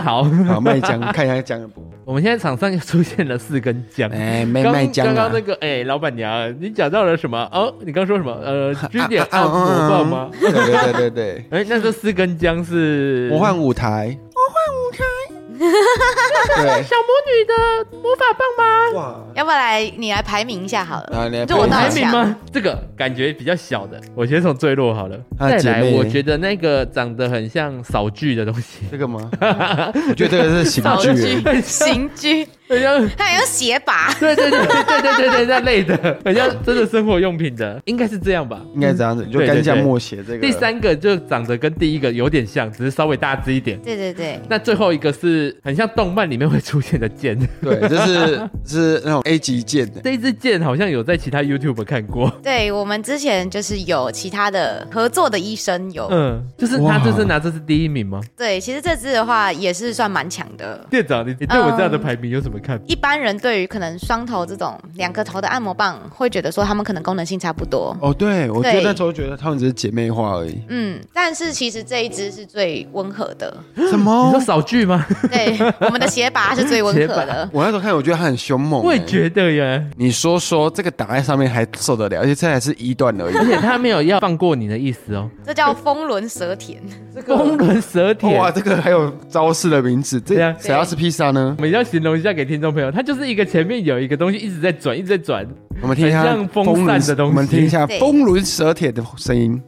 S1: 好，
S3: 好卖 [LAUGHS] 姜，看一下姜的部分。
S1: 我们现在场上又出现了四根姜。
S3: 哎，没
S1: 刚
S3: 卖姜
S1: 刚
S3: 啊
S1: 刚那，个，哎、老板娘，你讲到了什么？哦，你刚说什么？呃，居点
S3: 啊啊
S1: 按摩棒吗？
S3: 对对对对 [LAUGHS] 对，
S1: 哎、那这四根姜是
S3: 魔幻舞台，我换舞台，
S1: 小魔女的魔法棒吗？
S3: 对，哇，
S2: 要不然来你来排名一下好了。 [LAUGHS]
S3: 啊，你来
S2: 就我
S3: 拍一
S1: 排
S3: 下
S2: 拿一
S1: 名吗？这个感觉比较小的，我先从最弱好了。
S3: 她
S1: 再
S3: 的姐
S1: 来，
S3: 妹
S1: 我觉得那个长得很像扫具的东西，
S3: 这个吗？我觉得这个是喜
S2: 道
S3: 剧，
S2: [LAUGHS] 具、刑具，
S1: 很像。
S2: 还有鞋拔。
S1: 对对对对对对对对，那类的，很像真的生活用品的，应该是这样吧。
S3: 应该这样子，就
S1: 对对
S3: 干将
S1: 对
S3: 默写这个。
S1: 第，三个就长得跟第一个有点像，只是稍微大只一点。
S2: [LAUGHS] 对对对，
S1: 那最后一个是很像动漫里面会出现的剑，
S3: 对，就是 [LAUGHS] 是那种 A 级剑的，
S1: 这一支剑好像有在其他 YouTube 看过。
S2: 对我们之前就是有其他的合作的医生有。
S1: 嗯，就是他
S3: 哇
S1: 就是拿这是第一名吗？
S2: 对，其实这支的话也是算蛮强的。
S1: 店长，你你对我这样的排名有什么么看？
S2: 一般人对于可能双头这种两个头的按摩棒，会觉得说他们可能功能性差不多。
S3: 哦，对，我觉得
S2: 对
S3: 那时候觉得他们只是姐妹花而已。
S2: 嗯，但是其实这一支是最温和的，
S3: [LAUGHS] 什
S1: 你说
S3: 么？
S1: 少句吗？
S2: 对，我们的斜拔是最温和
S3: [LAUGHS]
S2: 的。
S3: 我那时候看，我觉得他很凶猛、
S1: 我也
S3: 欸
S1: 觉得耶，
S3: 你说说这个挡在上面还受得了，而且这还是一段
S1: [LAUGHS]
S3: 而已。
S1: 而且他没有要放过你的意思哦。
S2: 这叫风轮蛇舔，
S1: 风轮蛇舔，
S3: 哇，这个还有招式的名字，这
S1: 对啊
S3: 谁要吃披萨呢
S1: 我？们要形容一下给听众朋友，它就是一个前面有一个东西一直在转，一直在转，
S3: 我们听一下
S1: 很像风
S3: 轮
S1: 扇的东西
S3: 我们听一下
S2: 对
S3: 风轮蛇铁的声音，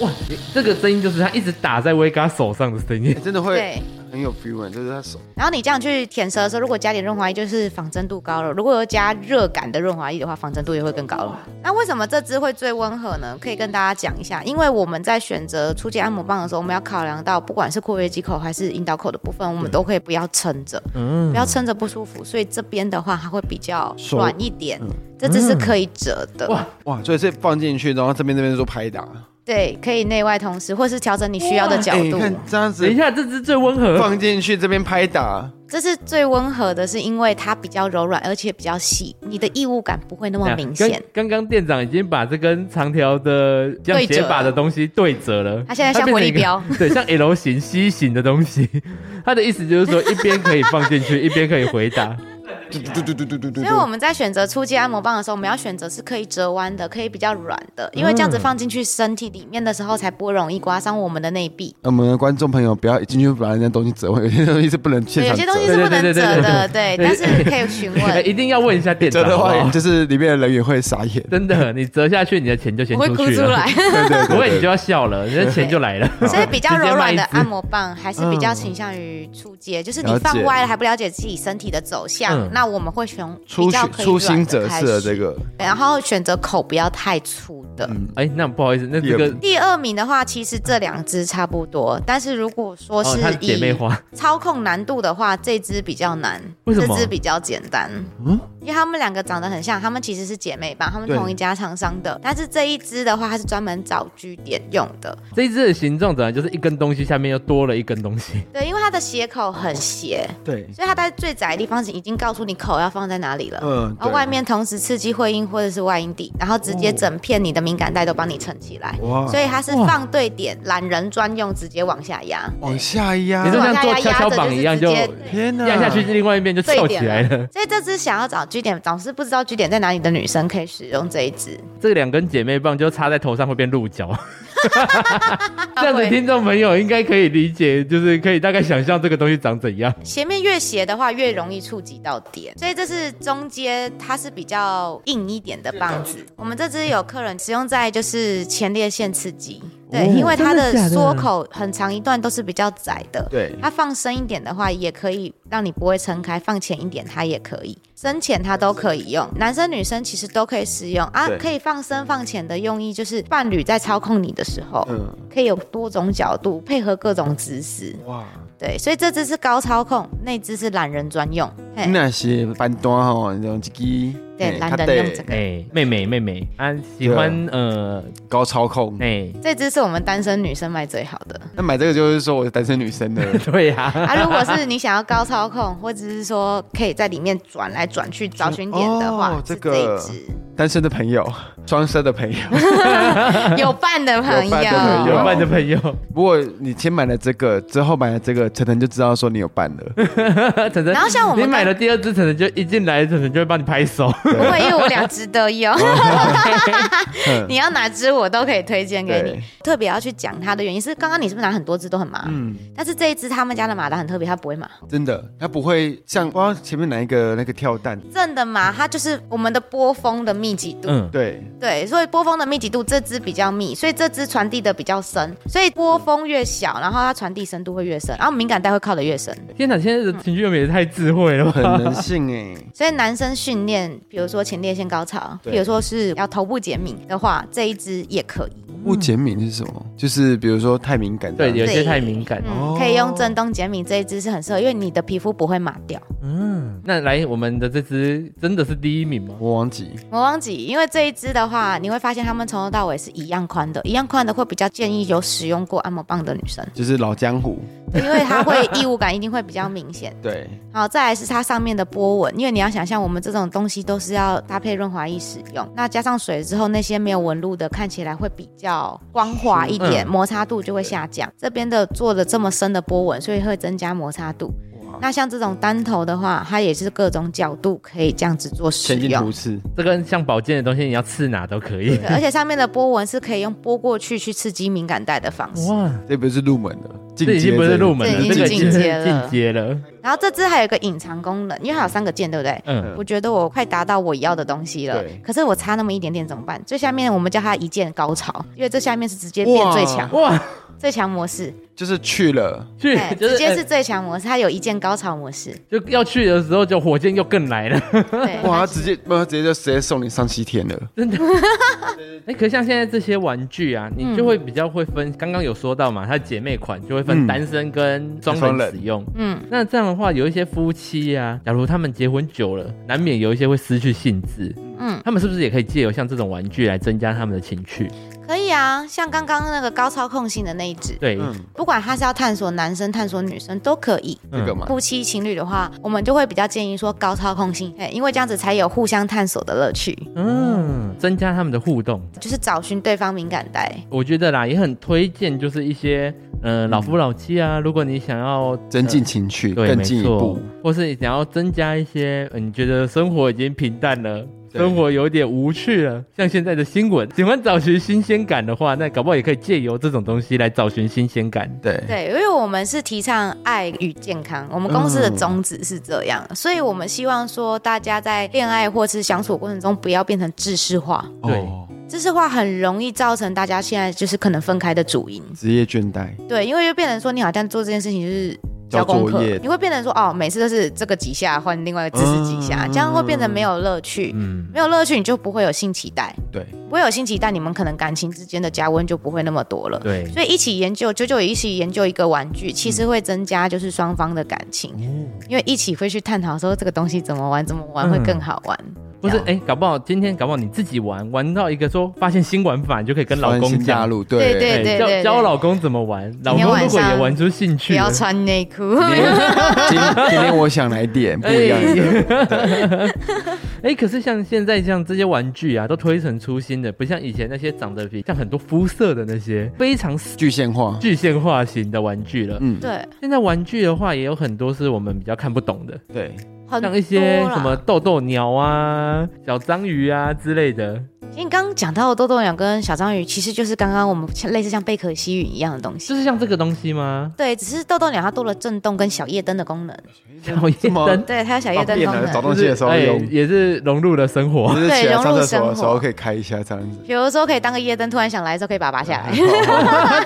S1: 哇，这个声音就是它一直打在威嘎手上的声音
S3: 欸。真的会
S2: 对。
S3: 很有 feel，欸就是他手。
S2: 然后你这样去舔舌的时候，如果加点润滑液，就是仿真度高了；如果有加热感的润滑液的话，仿真度也会更高了。那为什么这支会最温和呢？可以跟大家讲一下，因为我们在选择初阶按摩棒的时候，我们要考量到不管是括约肌口还是阴道口的部分，我们都可以不要撑着，
S1: 嗯
S2: 不，要撑着不舒服。所以这边的话，它会比较
S3: 手
S2: 软一点，
S3: 嗯
S2: 这支是可以折的。
S1: 哇
S3: 哇，所以是放进去，然后这边这边做拍打。
S2: 对，可以内外同时，或是调整你需要的
S1: 啊
S2: 角
S3: 欸你
S2: 度。
S3: 看这样
S1: 等一
S3: 子
S1: 下，这只最温和，
S3: 放进去，这边拍打，
S2: 这是最温和的，是因为它比较柔软，而且比较细，你的异物感不会那么明显。
S1: 刚刚刚店长已经把这根长条的像
S2: 对折
S1: 解法的东西对折了，
S2: 它现在像
S1: 变成
S2: 回
S1: [LAUGHS]
S2: 力
S1: 一个
S2: 镖，
S1: 对，像 L 型、C 型的东西。 [LAUGHS] 他的意思就是说，一边可以放进去，一边可以回
S2: [LAUGHS]
S1: 答。
S3: 嘟嘟嘟嘟嘟嘟嘟嘟
S2: 所以。我们在选择初级按摩棒的时候，我们要选择是可以折弯的，可以比较软的，因为这样子放进去身体里面的时候，才不会容易刮伤我们的内壁。
S3: 我们的观众朋友不要一进去把人家东西折坏，有些东西是不能现
S2: 对，有
S3: 场
S2: 些
S3: 折
S2: 东西
S3: 的。
S2: 是不能
S1: 对对对
S2: 折的，
S1: 对对对
S2: 对，
S1: 对
S2: 但是可以询
S1: [LAUGHS] 哎
S2: 问。
S1: 一定要问一下店
S3: 折
S1: 长
S3: 的
S1: 好不好，
S3: 话，就是里面的人员会傻
S1: [LAUGHS]
S3: 眼。
S2: [LAUGHS]
S1: 真的，你折下去，你的钱就先
S2: 我会哭
S1: 去
S2: 出
S1: 了。
S2: 来，
S3: 对对
S1: 不
S3: 对
S1: 会，你
S3: 对
S1: 就要笑了， [LAUGHS] 人家钱就来了。
S2: [LAUGHS] 所以比较柔软的啊
S1: 直接卖一
S2: 按
S1: 支
S2: 摩棒还是比较倾向于初阶，就是你
S3: 了解
S2: 放歪了还不了解自己身体的走向
S1: 嗯，
S2: 那我们会选比
S3: 初
S2: 较
S3: 学
S2: 可以
S3: 初心
S2: 软
S3: 者
S2: 的开
S3: 适合这
S2: 始，
S3: 个。
S2: 然后选择口不要太粗的。
S1: 哎，那不好意思，那这个
S2: 第二名的话，其实这两支差不多，但是如果说
S1: 哦
S2: 是，
S1: 它是姐妹
S2: 以
S1: 花，
S2: 操控难度的话，这支比较难，
S1: 为什么
S2: 这支比较简单。嗯，因为他们两个长得很像，他们其实是姐妹吧，他们
S3: 对
S2: 同一家厂商的。但是这一支的话，它是专门找据点用的。
S1: 这一只的形状本来就是一根东西下面又多了一根东西，
S2: 对，因为它的斜口很斜，
S3: 对，
S2: 所以它在最窄的地方已经告诉你口要放在哪里了。
S3: 嗯，
S2: 然后
S3: 对
S2: 外面同时刺激会阴或者是外阴蒂，然后直接整片你的敏感带都帮你撑起来。
S3: 哇
S2: 所以它是
S1: 哇
S2: 放对点，懒人专用，直接往下压。
S3: 往下压
S1: 你，就像
S2: 往下
S1: 做
S2: 压
S1: 跷
S2: 压
S1: 跷
S2: 着
S1: 板
S2: 是
S1: 一样
S2: 直接
S1: 就
S3: 天哪，
S1: 压下去另外一边就
S2: 对
S1: 翘起来了。
S2: [LAUGHS] 所以这支想要找据点，总是不知道据点在哪里的女生可以使用这一支。
S1: 这两根姐妹棒就插在头上会变鹿 [LAUGHS] 角，这样子
S2: 会
S1: 听众朋友应该可以理解，就是可以大概想象这个东西长怎样。
S2: 斜面越斜的话，越容易触及到点，所以这是中间它是比较硬一点的棒子。我们这支有客人使用在就是前列腺刺激，对，
S1: 哦
S2: 因为它
S1: 真的假的
S2: 的缩口很长一段都是比较窄的，
S3: 对
S2: 它放深一点的话，也可以让你不会撑开；放浅一点，它也可以，深浅它都可以用。男生女生其实都可以使用啊
S3: 对，
S2: 可以放深放浅的用意就是伴侣在操控你的时候，
S3: 嗯，
S2: 可以有多种角度配合各种姿势。
S3: 哇，
S2: 对，所以这只是高操控，那只是懒人专用。嘿
S3: 那些板凳吼，用一支
S2: 哎对，
S3: 嗯嘿
S2: 懒
S3: 较
S2: 人
S3: 短
S2: 用这
S1: 哎、
S2: 个。
S1: 妹妹妹妹，啊，喜欢呃，
S3: 高操控
S1: 哎、。
S2: 这只是我们单身女生卖最好
S3: [LAUGHS]
S2: 的
S3: 那买这个就是说我是单身女生的，
S2: [LAUGHS]
S1: 对呀、
S2: 啊！如果是你想要高操控，或者是说可以在里面转来转去找寻点的话，
S3: 哦
S2: 是
S3: 这个
S2: 这一
S3: 单身的朋友，双生的
S2: [LAUGHS]
S3: 朋友。
S2: 只有伴的朋
S3: 有伴的
S2: 友，
S3: 朋
S1: 有
S3: 友
S1: 伴的朋友，
S3: 不过你先买了这个，之后买了这个，晨晨就知道说你有伴了。
S1: [LAUGHS] 晨晨，
S2: 然后像我们
S1: 你买
S2: 刚
S1: 了第二只，晨晨就一进来，晨晨就会帮你拍手。
S2: 不会，因为我俩值得
S3: 哦
S2: 用。 [LAUGHS] 你要哪支我都可以推荐给你
S3: 对。
S2: 特别要去讲它的原因是，刚刚你是不是拿很多支都很麻？
S3: 嗯
S2: 但是这一支他们家的马达很特别，它不会麻。
S3: 真的，他不会像不知道前面哪一个那个跳蛋，
S2: 正的麻它就是我们的波峰的密集度。
S1: 嗯，
S3: 对，
S2: 对，所以波峰的密集度这支比较密，所以这支传递的比较深，所以波峰越小，然后它传递深度会越深，然后敏感带会靠得越深。
S1: 天哪，现在的情绪用品也太智慧了
S3: 很
S1: 吧！
S3: 人性哎。
S2: 所以男生训练，比如说前列腺高潮，
S3: 对
S2: 比如说是要头部减敏的话，这一支也可以，
S3: 不减敏是什么？就是比如说太敏感这
S1: 对，
S3: 样，
S1: 有些太敏感。
S2: 嗯，可以用震动减敏这一支是很适合，因为你的皮肤不会麻掉。
S1: 嗯，那来我们的这只真的是第一名哦吗？
S3: 我忘记
S2: 魔王脊，因为这一支的话，你会发现它们从头到尾是一样宽的，一样宽的会比较建议有使用过按摩棒的女生。
S3: 就是老江湖，
S2: 因为它会异物感一定会比较明显。
S3: 对，
S2: 好，再来是它上面的波纹，因为你要想象我们这种东西都是要搭配润滑液使用，那加上水之后，那些没有纹路的看起来会比较光滑一点，
S1: 嗯
S2: 摩擦度就会下降。这边的做了这么深的波纹，所以会增加摩擦度。那像这种单头的话，它也是各种角度可以这样子做使
S3: 前进
S2: 用
S3: 图。示，
S1: 这跟像宝剑的东西，你要刺哪都可以
S2: 对。而且上面的波纹是可以用拨过去去刺激敏感带的方式。
S1: 哇，
S3: 这不是入门的，进
S1: 这已经
S3: 阶
S1: 不是
S3: 这个
S1: 入门了，
S2: 这已
S1: 这
S2: 经
S1: 个已经
S2: 进阶了
S1: 进阶了。
S2: 然后这只还有一个隐藏功能，因为它有三个键，对不对？
S1: 嗯，
S2: 我觉得我快达到我要的东西了
S3: 对，
S2: 可是我差那么一点点怎么办？最下面我们叫它一键高潮，因为这下面是直接变最强，
S1: 哇，
S2: 最强模式，
S3: 就是去了，
S1: 去
S2: 哎
S1: 就
S2: 直接是
S1: 哎
S2: 最强模式，它有一键高潮模式，
S1: 就要去的时候，就火箭又更来
S3: [LAUGHS]
S1: 了。
S2: 对，
S3: 哇，
S2: 它
S3: 他直接没有直接就直接送你上西天了，
S1: 哎，可是像现在这些玩具啊，你就会
S2: 嗯
S1: 比较会分，刚刚有说到嘛，它姐妹款就会分
S3: 嗯
S1: 单身跟双
S3: 双
S1: 人
S3: 人
S1: 使用。
S2: 嗯，
S1: 那这样的话，有一些夫妻啊，假如他们结婚久了，难免有一些会失去兴致。嗯
S2: 嗯，
S1: 他们是不是也可以借由像这种玩具来增加他们的情趣？
S2: 可以啊，像刚刚那个高操控性的那一只，
S1: 对，
S3: 嗯，
S2: 不管它是要探索男生、探索女生都可以。
S1: 嗯
S3: 这个嘛，
S2: 夫妻情侣的话，我们就会比较建议说高操控性，哎，因为这样子才有互相探索的乐趣，
S1: 嗯，增加他们的互动。
S2: 就是找寻对方敏感带。
S1: 我觉得啦，也很推荐，就是一些嗯、呃老夫老妻啊，如果你想要
S3: 增进情趣，
S1: 对，
S3: 更
S1: 没
S3: 进一
S1: 错
S3: 步，，
S1: 或是你想要增加一些，呃你觉得生活已经平淡了。
S3: 对
S1: 生活有点无趣了，像现在的新闻，喜欢找寻新鲜感的话，那搞不好也可以借由这种东西来找寻新鲜感。
S3: 对，
S2: 对，因为我们是提倡爱与健康，我们公司的宗旨是这样，所以我们希望说大家在恋爱或是相处过程中不要变成制式化，
S1: 对
S3: 哦，
S2: 制式化很容易造成大家现在就是可能分开的主因。
S3: 职业倦怠，
S2: 对，因为就变成说你好像做这件事情就是。
S3: 交
S2: 交功课
S3: 作业，
S2: 你会变成说哦，每次都是这个几下换另外一个姿势几下，这样会变得没有乐趣，
S1: 嗯，
S2: 没有乐趣你就不会有性期待，
S3: 对，
S2: 不会有性期待，你们可能感情之间的加温就不会那么多了。
S1: 对，
S2: 所以一起研究，九九也一起研究一个玩
S3: 嗯
S2: 具，其实会增加就是双方的感情，
S3: 哦
S2: 因为一起会去探讨说这个东西怎么玩，怎么
S1: 嗯
S2: 玩会更好玩。
S1: 或是
S2: 这
S1: 哎
S2: 样、
S1: 诶搞不好今天搞不好你自己玩，玩到一个说发现新玩法，你就可以跟老
S3: 欢
S1: 公
S3: 迎加
S1: 讲，
S3: 入，对
S2: 对
S1: 诶
S2: 对
S1: 教教老公怎么玩，老
S2: 天
S1: 公
S2: 晚
S1: 如果也
S2: 上
S1: 玩出兴
S2: 不
S1: 趣了，
S2: 要穿内裤，
S3: [LAUGHS] 今今天我想来点不一样的，
S1: [LAUGHS] 哎、可是像现在像这些玩具啊，都推陈出新的，不像以前那些长得比像很多肤色的那些非常
S3: 具现化，
S1: 具现化型的玩具了。
S3: 嗯，
S2: 对，
S1: 现在玩具的话，也有很多是我们比较看不懂的，
S3: 对，
S2: 很
S1: 像一些
S2: 多啦
S1: 什么。豆豆鸟啊、小章鱼啊之类的。
S2: 其实你刚刚讲到的豆豆鸟跟小章鱼，其实就是刚刚我们像类似像贝壳西语一样的东西。
S1: 就是像这个东西吗？
S2: 对，只是豆豆鸟它多了震动跟小夜灯的功能。
S1: 小夜
S3: 这么
S1: 灯
S2: 对，它有小夜
S3: 方
S2: 灯功
S3: 便了
S2: 能
S3: 找。东西的时候
S1: 就是
S3: 用
S1: 哎也是融入了生活。
S3: 哎就是啊起
S2: 对
S3: 来
S2: 融
S3: 上
S2: 入
S3: 厕所
S2: 生
S3: 的时候
S2: 活
S3: 可以开一下这样
S2: [LAUGHS]
S3: 子，
S2: 比如说可以当个夜灯，突然想来的时候可以把它拔下
S3: [LAUGHS]
S2: 来，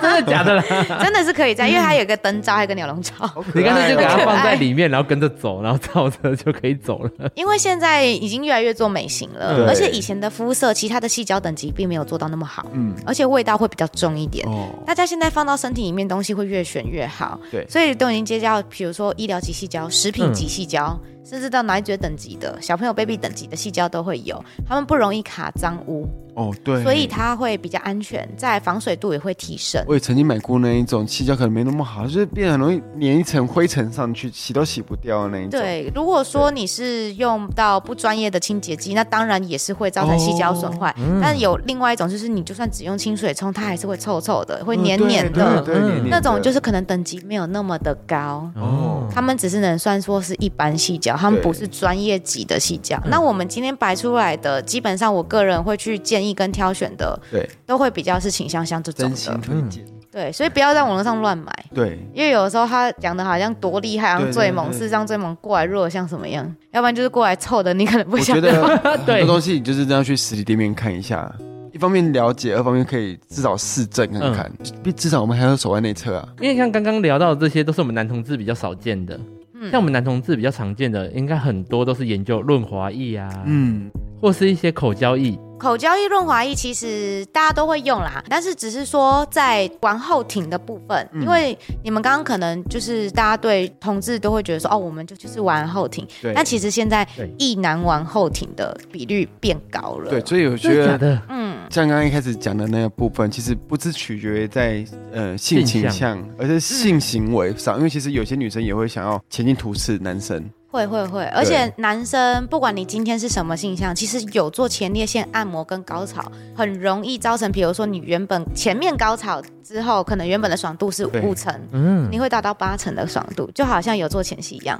S1: 真的假的啦？
S2: 真的是可以这样，因为它有一个灯罩，还有一个鸟笼罩。
S3: [LAUGHS]
S1: 你干脆就给它
S2: 好可
S3: 哦
S2: 爱
S1: 放在里面，然后跟着走，然后照着就可以走了。
S2: 因为现在已经越来越做美型
S3: 对
S2: 了，而且以前的肤色，其他的细胶等级并没有做到那么好，
S3: 嗯，
S2: 而且味道会比较重一点。
S3: 哦，
S2: 大家现在放到身体里面东西会越选越好，
S3: 对
S2: 所以都已经接到，比如说医疗级细胶、食品级
S1: 嗯
S2: 细胶，甚至到奶嘴等级的小朋友 baby 等级的细胶都会有，它们不容易卡脏污，
S3: 哦，对，
S2: 所以它会比较安全，在防水度也会提升。
S3: 我也曾经买过那一种气胶，可能没那么好，就是变得很容易粘一层灰尘上去，洗都洗不掉的那一种。嗯
S2: 对，如果说你是用到不专业的清洁剂，那当然也是会造成细胶损
S3: 哦
S2: 坏。
S3: 嗯
S2: 但有另外一种，就是你就算只用清水冲，它还是会臭臭的，会
S3: 嗯，
S2: 黏黏
S3: 对
S2: 的。
S3: 对对
S1: 嗯
S3: 黏黏
S2: 那种就是是可能等级没有那么的高，
S1: 哦，
S2: 他们只是能算说是一般细胶，他们
S3: 对嗯
S2: 不是专业级的细胶。那我们今天摆出来的，基本上我个人会去建议跟挑选的，
S3: 对
S2: 都会比较是倾向像这种
S3: 真心
S2: 的。
S3: 推荐，
S2: 对，所以不要在网络上乱买。
S3: 对
S2: 因为有的时候他讲的好像多厉害，好
S3: 对
S2: 像最猛，
S3: 对对
S2: 事实上最猛过来弱像什么样，要不然就是过来凑的，你可能不
S3: 我
S2: 想
S3: 觉。得
S1: [LAUGHS]
S3: 很
S1: 对
S3: 多东西你就是这样去实体店面看一下，一方面了解，二方面可以至少试证看看，毕至少我们还有手腕内侧啊，
S1: 因为像刚刚聊到的这些，都是我们男同志比较少见的。
S2: 嗯
S1: 像我们男同志比较常见的，应该很多都是研究润滑液啊，
S3: 嗯，
S1: 或是一些口交液。
S2: [LAUGHS] 口交易润滑液其实大家都会用啦，但是只是说在玩后庭的部分，
S3: 嗯
S2: 因为你们刚刚可能就是大家对同志都会觉得说哦，我们就就是玩后庭，
S3: 对
S2: 但其实现在
S1: 对
S2: 一男玩后庭的比率变高了。
S3: 对，所以我
S1: 真
S3: 觉
S1: 的假
S3: 得
S1: 的？
S2: 嗯，
S3: 像刚刚一开始讲的那个部分，其实不是取决于在呃性
S1: 性
S3: 倾
S1: 向
S3: 向，而是性行为上，因为其实有些女生也会想要前进图刺男生，
S2: 会会会，而且男生不管你今天是什么性向，其实有做前列腺按摩跟高潮，很容易造成，比如说你原本前面高潮之后，可能原本的爽度是
S3: 对
S2: 五成，
S1: 嗯，
S2: 你会达到八成的爽度，就好像有做前戏一样。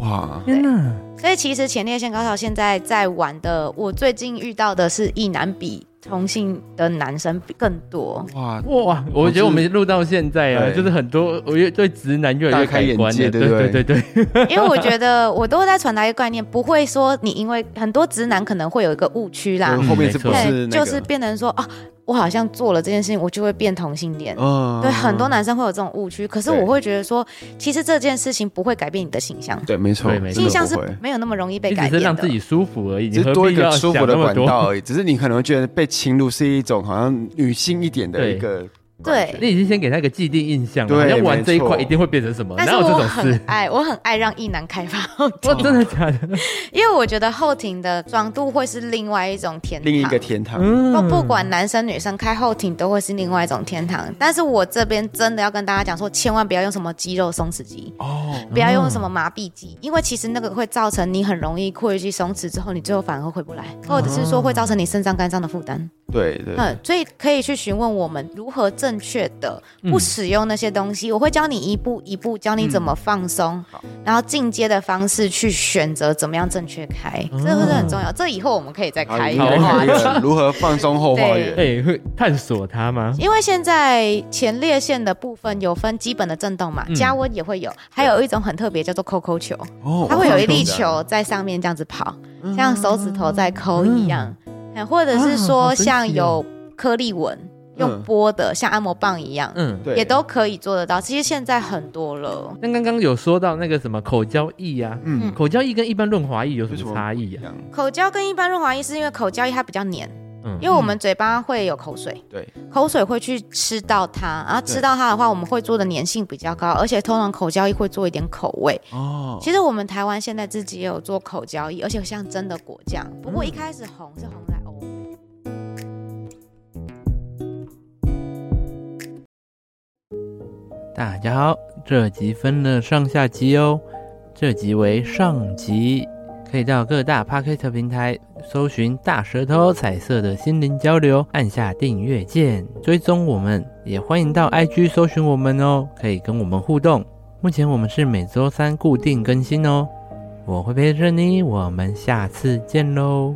S3: 哇，
S1: 天哪，
S2: 所以其实前列腺高潮现在在玩的，我最近遇到的是一男比同性的男生更
S3: [LAUGHS]
S2: 多。
S3: 哇，
S1: 哇！我觉得我们录到现在啊，
S3: 对
S1: 就是很多，我越对直男越来越
S3: 大开眼
S1: 观了
S3: 界
S1: 对
S3: 对不
S1: 对
S3: 对
S1: 对对，
S2: 因为我觉得我都在传达一个概念，不会说你因为很多直男可能会有一个误区啦，
S3: 后面是不
S1: 嗯
S3: 是
S2: 对，
S3: 那个？
S2: 就是变成说啊，我好像做了这件事情，我就会变同性恋。
S3: 嗯
S2: 对，很多男生会有这种误区，可是
S3: 对
S2: 我会觉得说，其实这件事情不会改变你的形象，
S3: 对，没错
S1: 对，没错
S3: 哎真
S2: 形
S3: 的
S2: 象
S3: 不
S2: 是
S3: 会
S2: 没有那么容易被
S1: 你
S2: 改
S1: 只是
S2: 变
S1: 让
S2: 的
S1: 只。己舒服而已，
S3: 只
S1: 你
S3: 是
S1: 何
S3: 多一
S1: 必
S3: 个
S1: 要
S3: 舒
S1: 想那
S3: 服的
S1: 么
S3: 管道
S1: 多？
S3: 而已，只是你可能会觉得被侵入是一种好像女性一点的一个感觉，
S2: 对
S1: 你已经先给他一个既定印象了，
S3: 对
S1: 好像玩这一块
S3: 没错
S1: 一定会变成什么，
S2: 但
S1: 哪
S2: 是
S1: 有这
S2: 我
S1: 种
S2: 很
S1: 事？
S2: 爱，我很爱让异男开发，
S1: 哇，真的假的？
S2: [LAUGHS] 因为我觉得后庭的爽度会是另外一种天堂。
S3: 另一个天堂。
S1: 嗯
S2: 不不管男生女生开后庭都会是另外一种天堂，但是我这边真的要跟大家讲说，千万不要用什么肌肉松弛剂，
S3: 哦，
S2: 不要用什么麻痹剂，因为其实那个会造成你很容易括约肌松弛之后，你最后反而会回不来，
S1: 哦
S2: 或者是说会造成你肾脏、肝脏的负担。
S3: 对对，
S2: 嗯，所以可以去询问我们如何正确的
S1: 嗯
S2: 不使用那些东西，我会教你一步一步教你怎么放松，
S1: 嗯
S3: 好
S2: 然后进阶的方式去选择怎么样正确开，这个是很重要。这以后我们可以再
S3: 好
S2: 开一
S3: 你
S2: 个
S1: 哦好
S3: 可以
S2: 话
S3: 看一个
S2: 题。
S3: 如何放松后花园？
S1: 哎，会探索他吗？
S2: 因为现在前列腺的部分有分基本的震动嘛，
S1: 嗯
S2: 加温也会有，还有一种很特别叫做扣扣球，
S3: 哦
S2: 它会有一粒，球在上面这样子跑，像手指头在抠一样，哎或者是
S1: 嗯啊好
S2: 说
S1: 神奇
S2: 像有颗粒纹，用
S3: 嗯
S2: 拨的像按摩棒一样，
S1: 嗯，
S3: 对，
S2: 也都可以做得到。其实现在很多了。
S1: 那刚刚有说到那个什么口交液啊，
S3: 嗯
S2: 嗯
S1: 口交液跟一般润滑液有
S3: 有
S1: 什
S3: 什
S1: 么
S3: 么
S1: 差异
S3: 一
S1: 啊？
S3: 样，
S2: 口交跟一般润滑液是因为口交液它比较黏，
S1: 嗯
S2: 因为我们嘴巴会有口水，
S3: 对，
S2: 口水会去吃到它，然后吃到它的话，我们会做的粘性比较高，而且通常口交液会做一点口味。
S3: 哦，
S2: 其实我们台湾现在自己也有做口交液，而且像真的果酱。不过一开始红是红在欧美。
S1: 大家好，这集分了上下集哦，这集为上集，可以到各大 p o c k e t 平台搜寻“大舌头彩色的心灵交流”，按下订阅键追踪我们，也欢迎到 IG 搜寻我们哦，可以跟我们互动。目前我们是每周三固定更新哦，我会陪着你，我们下次见喽。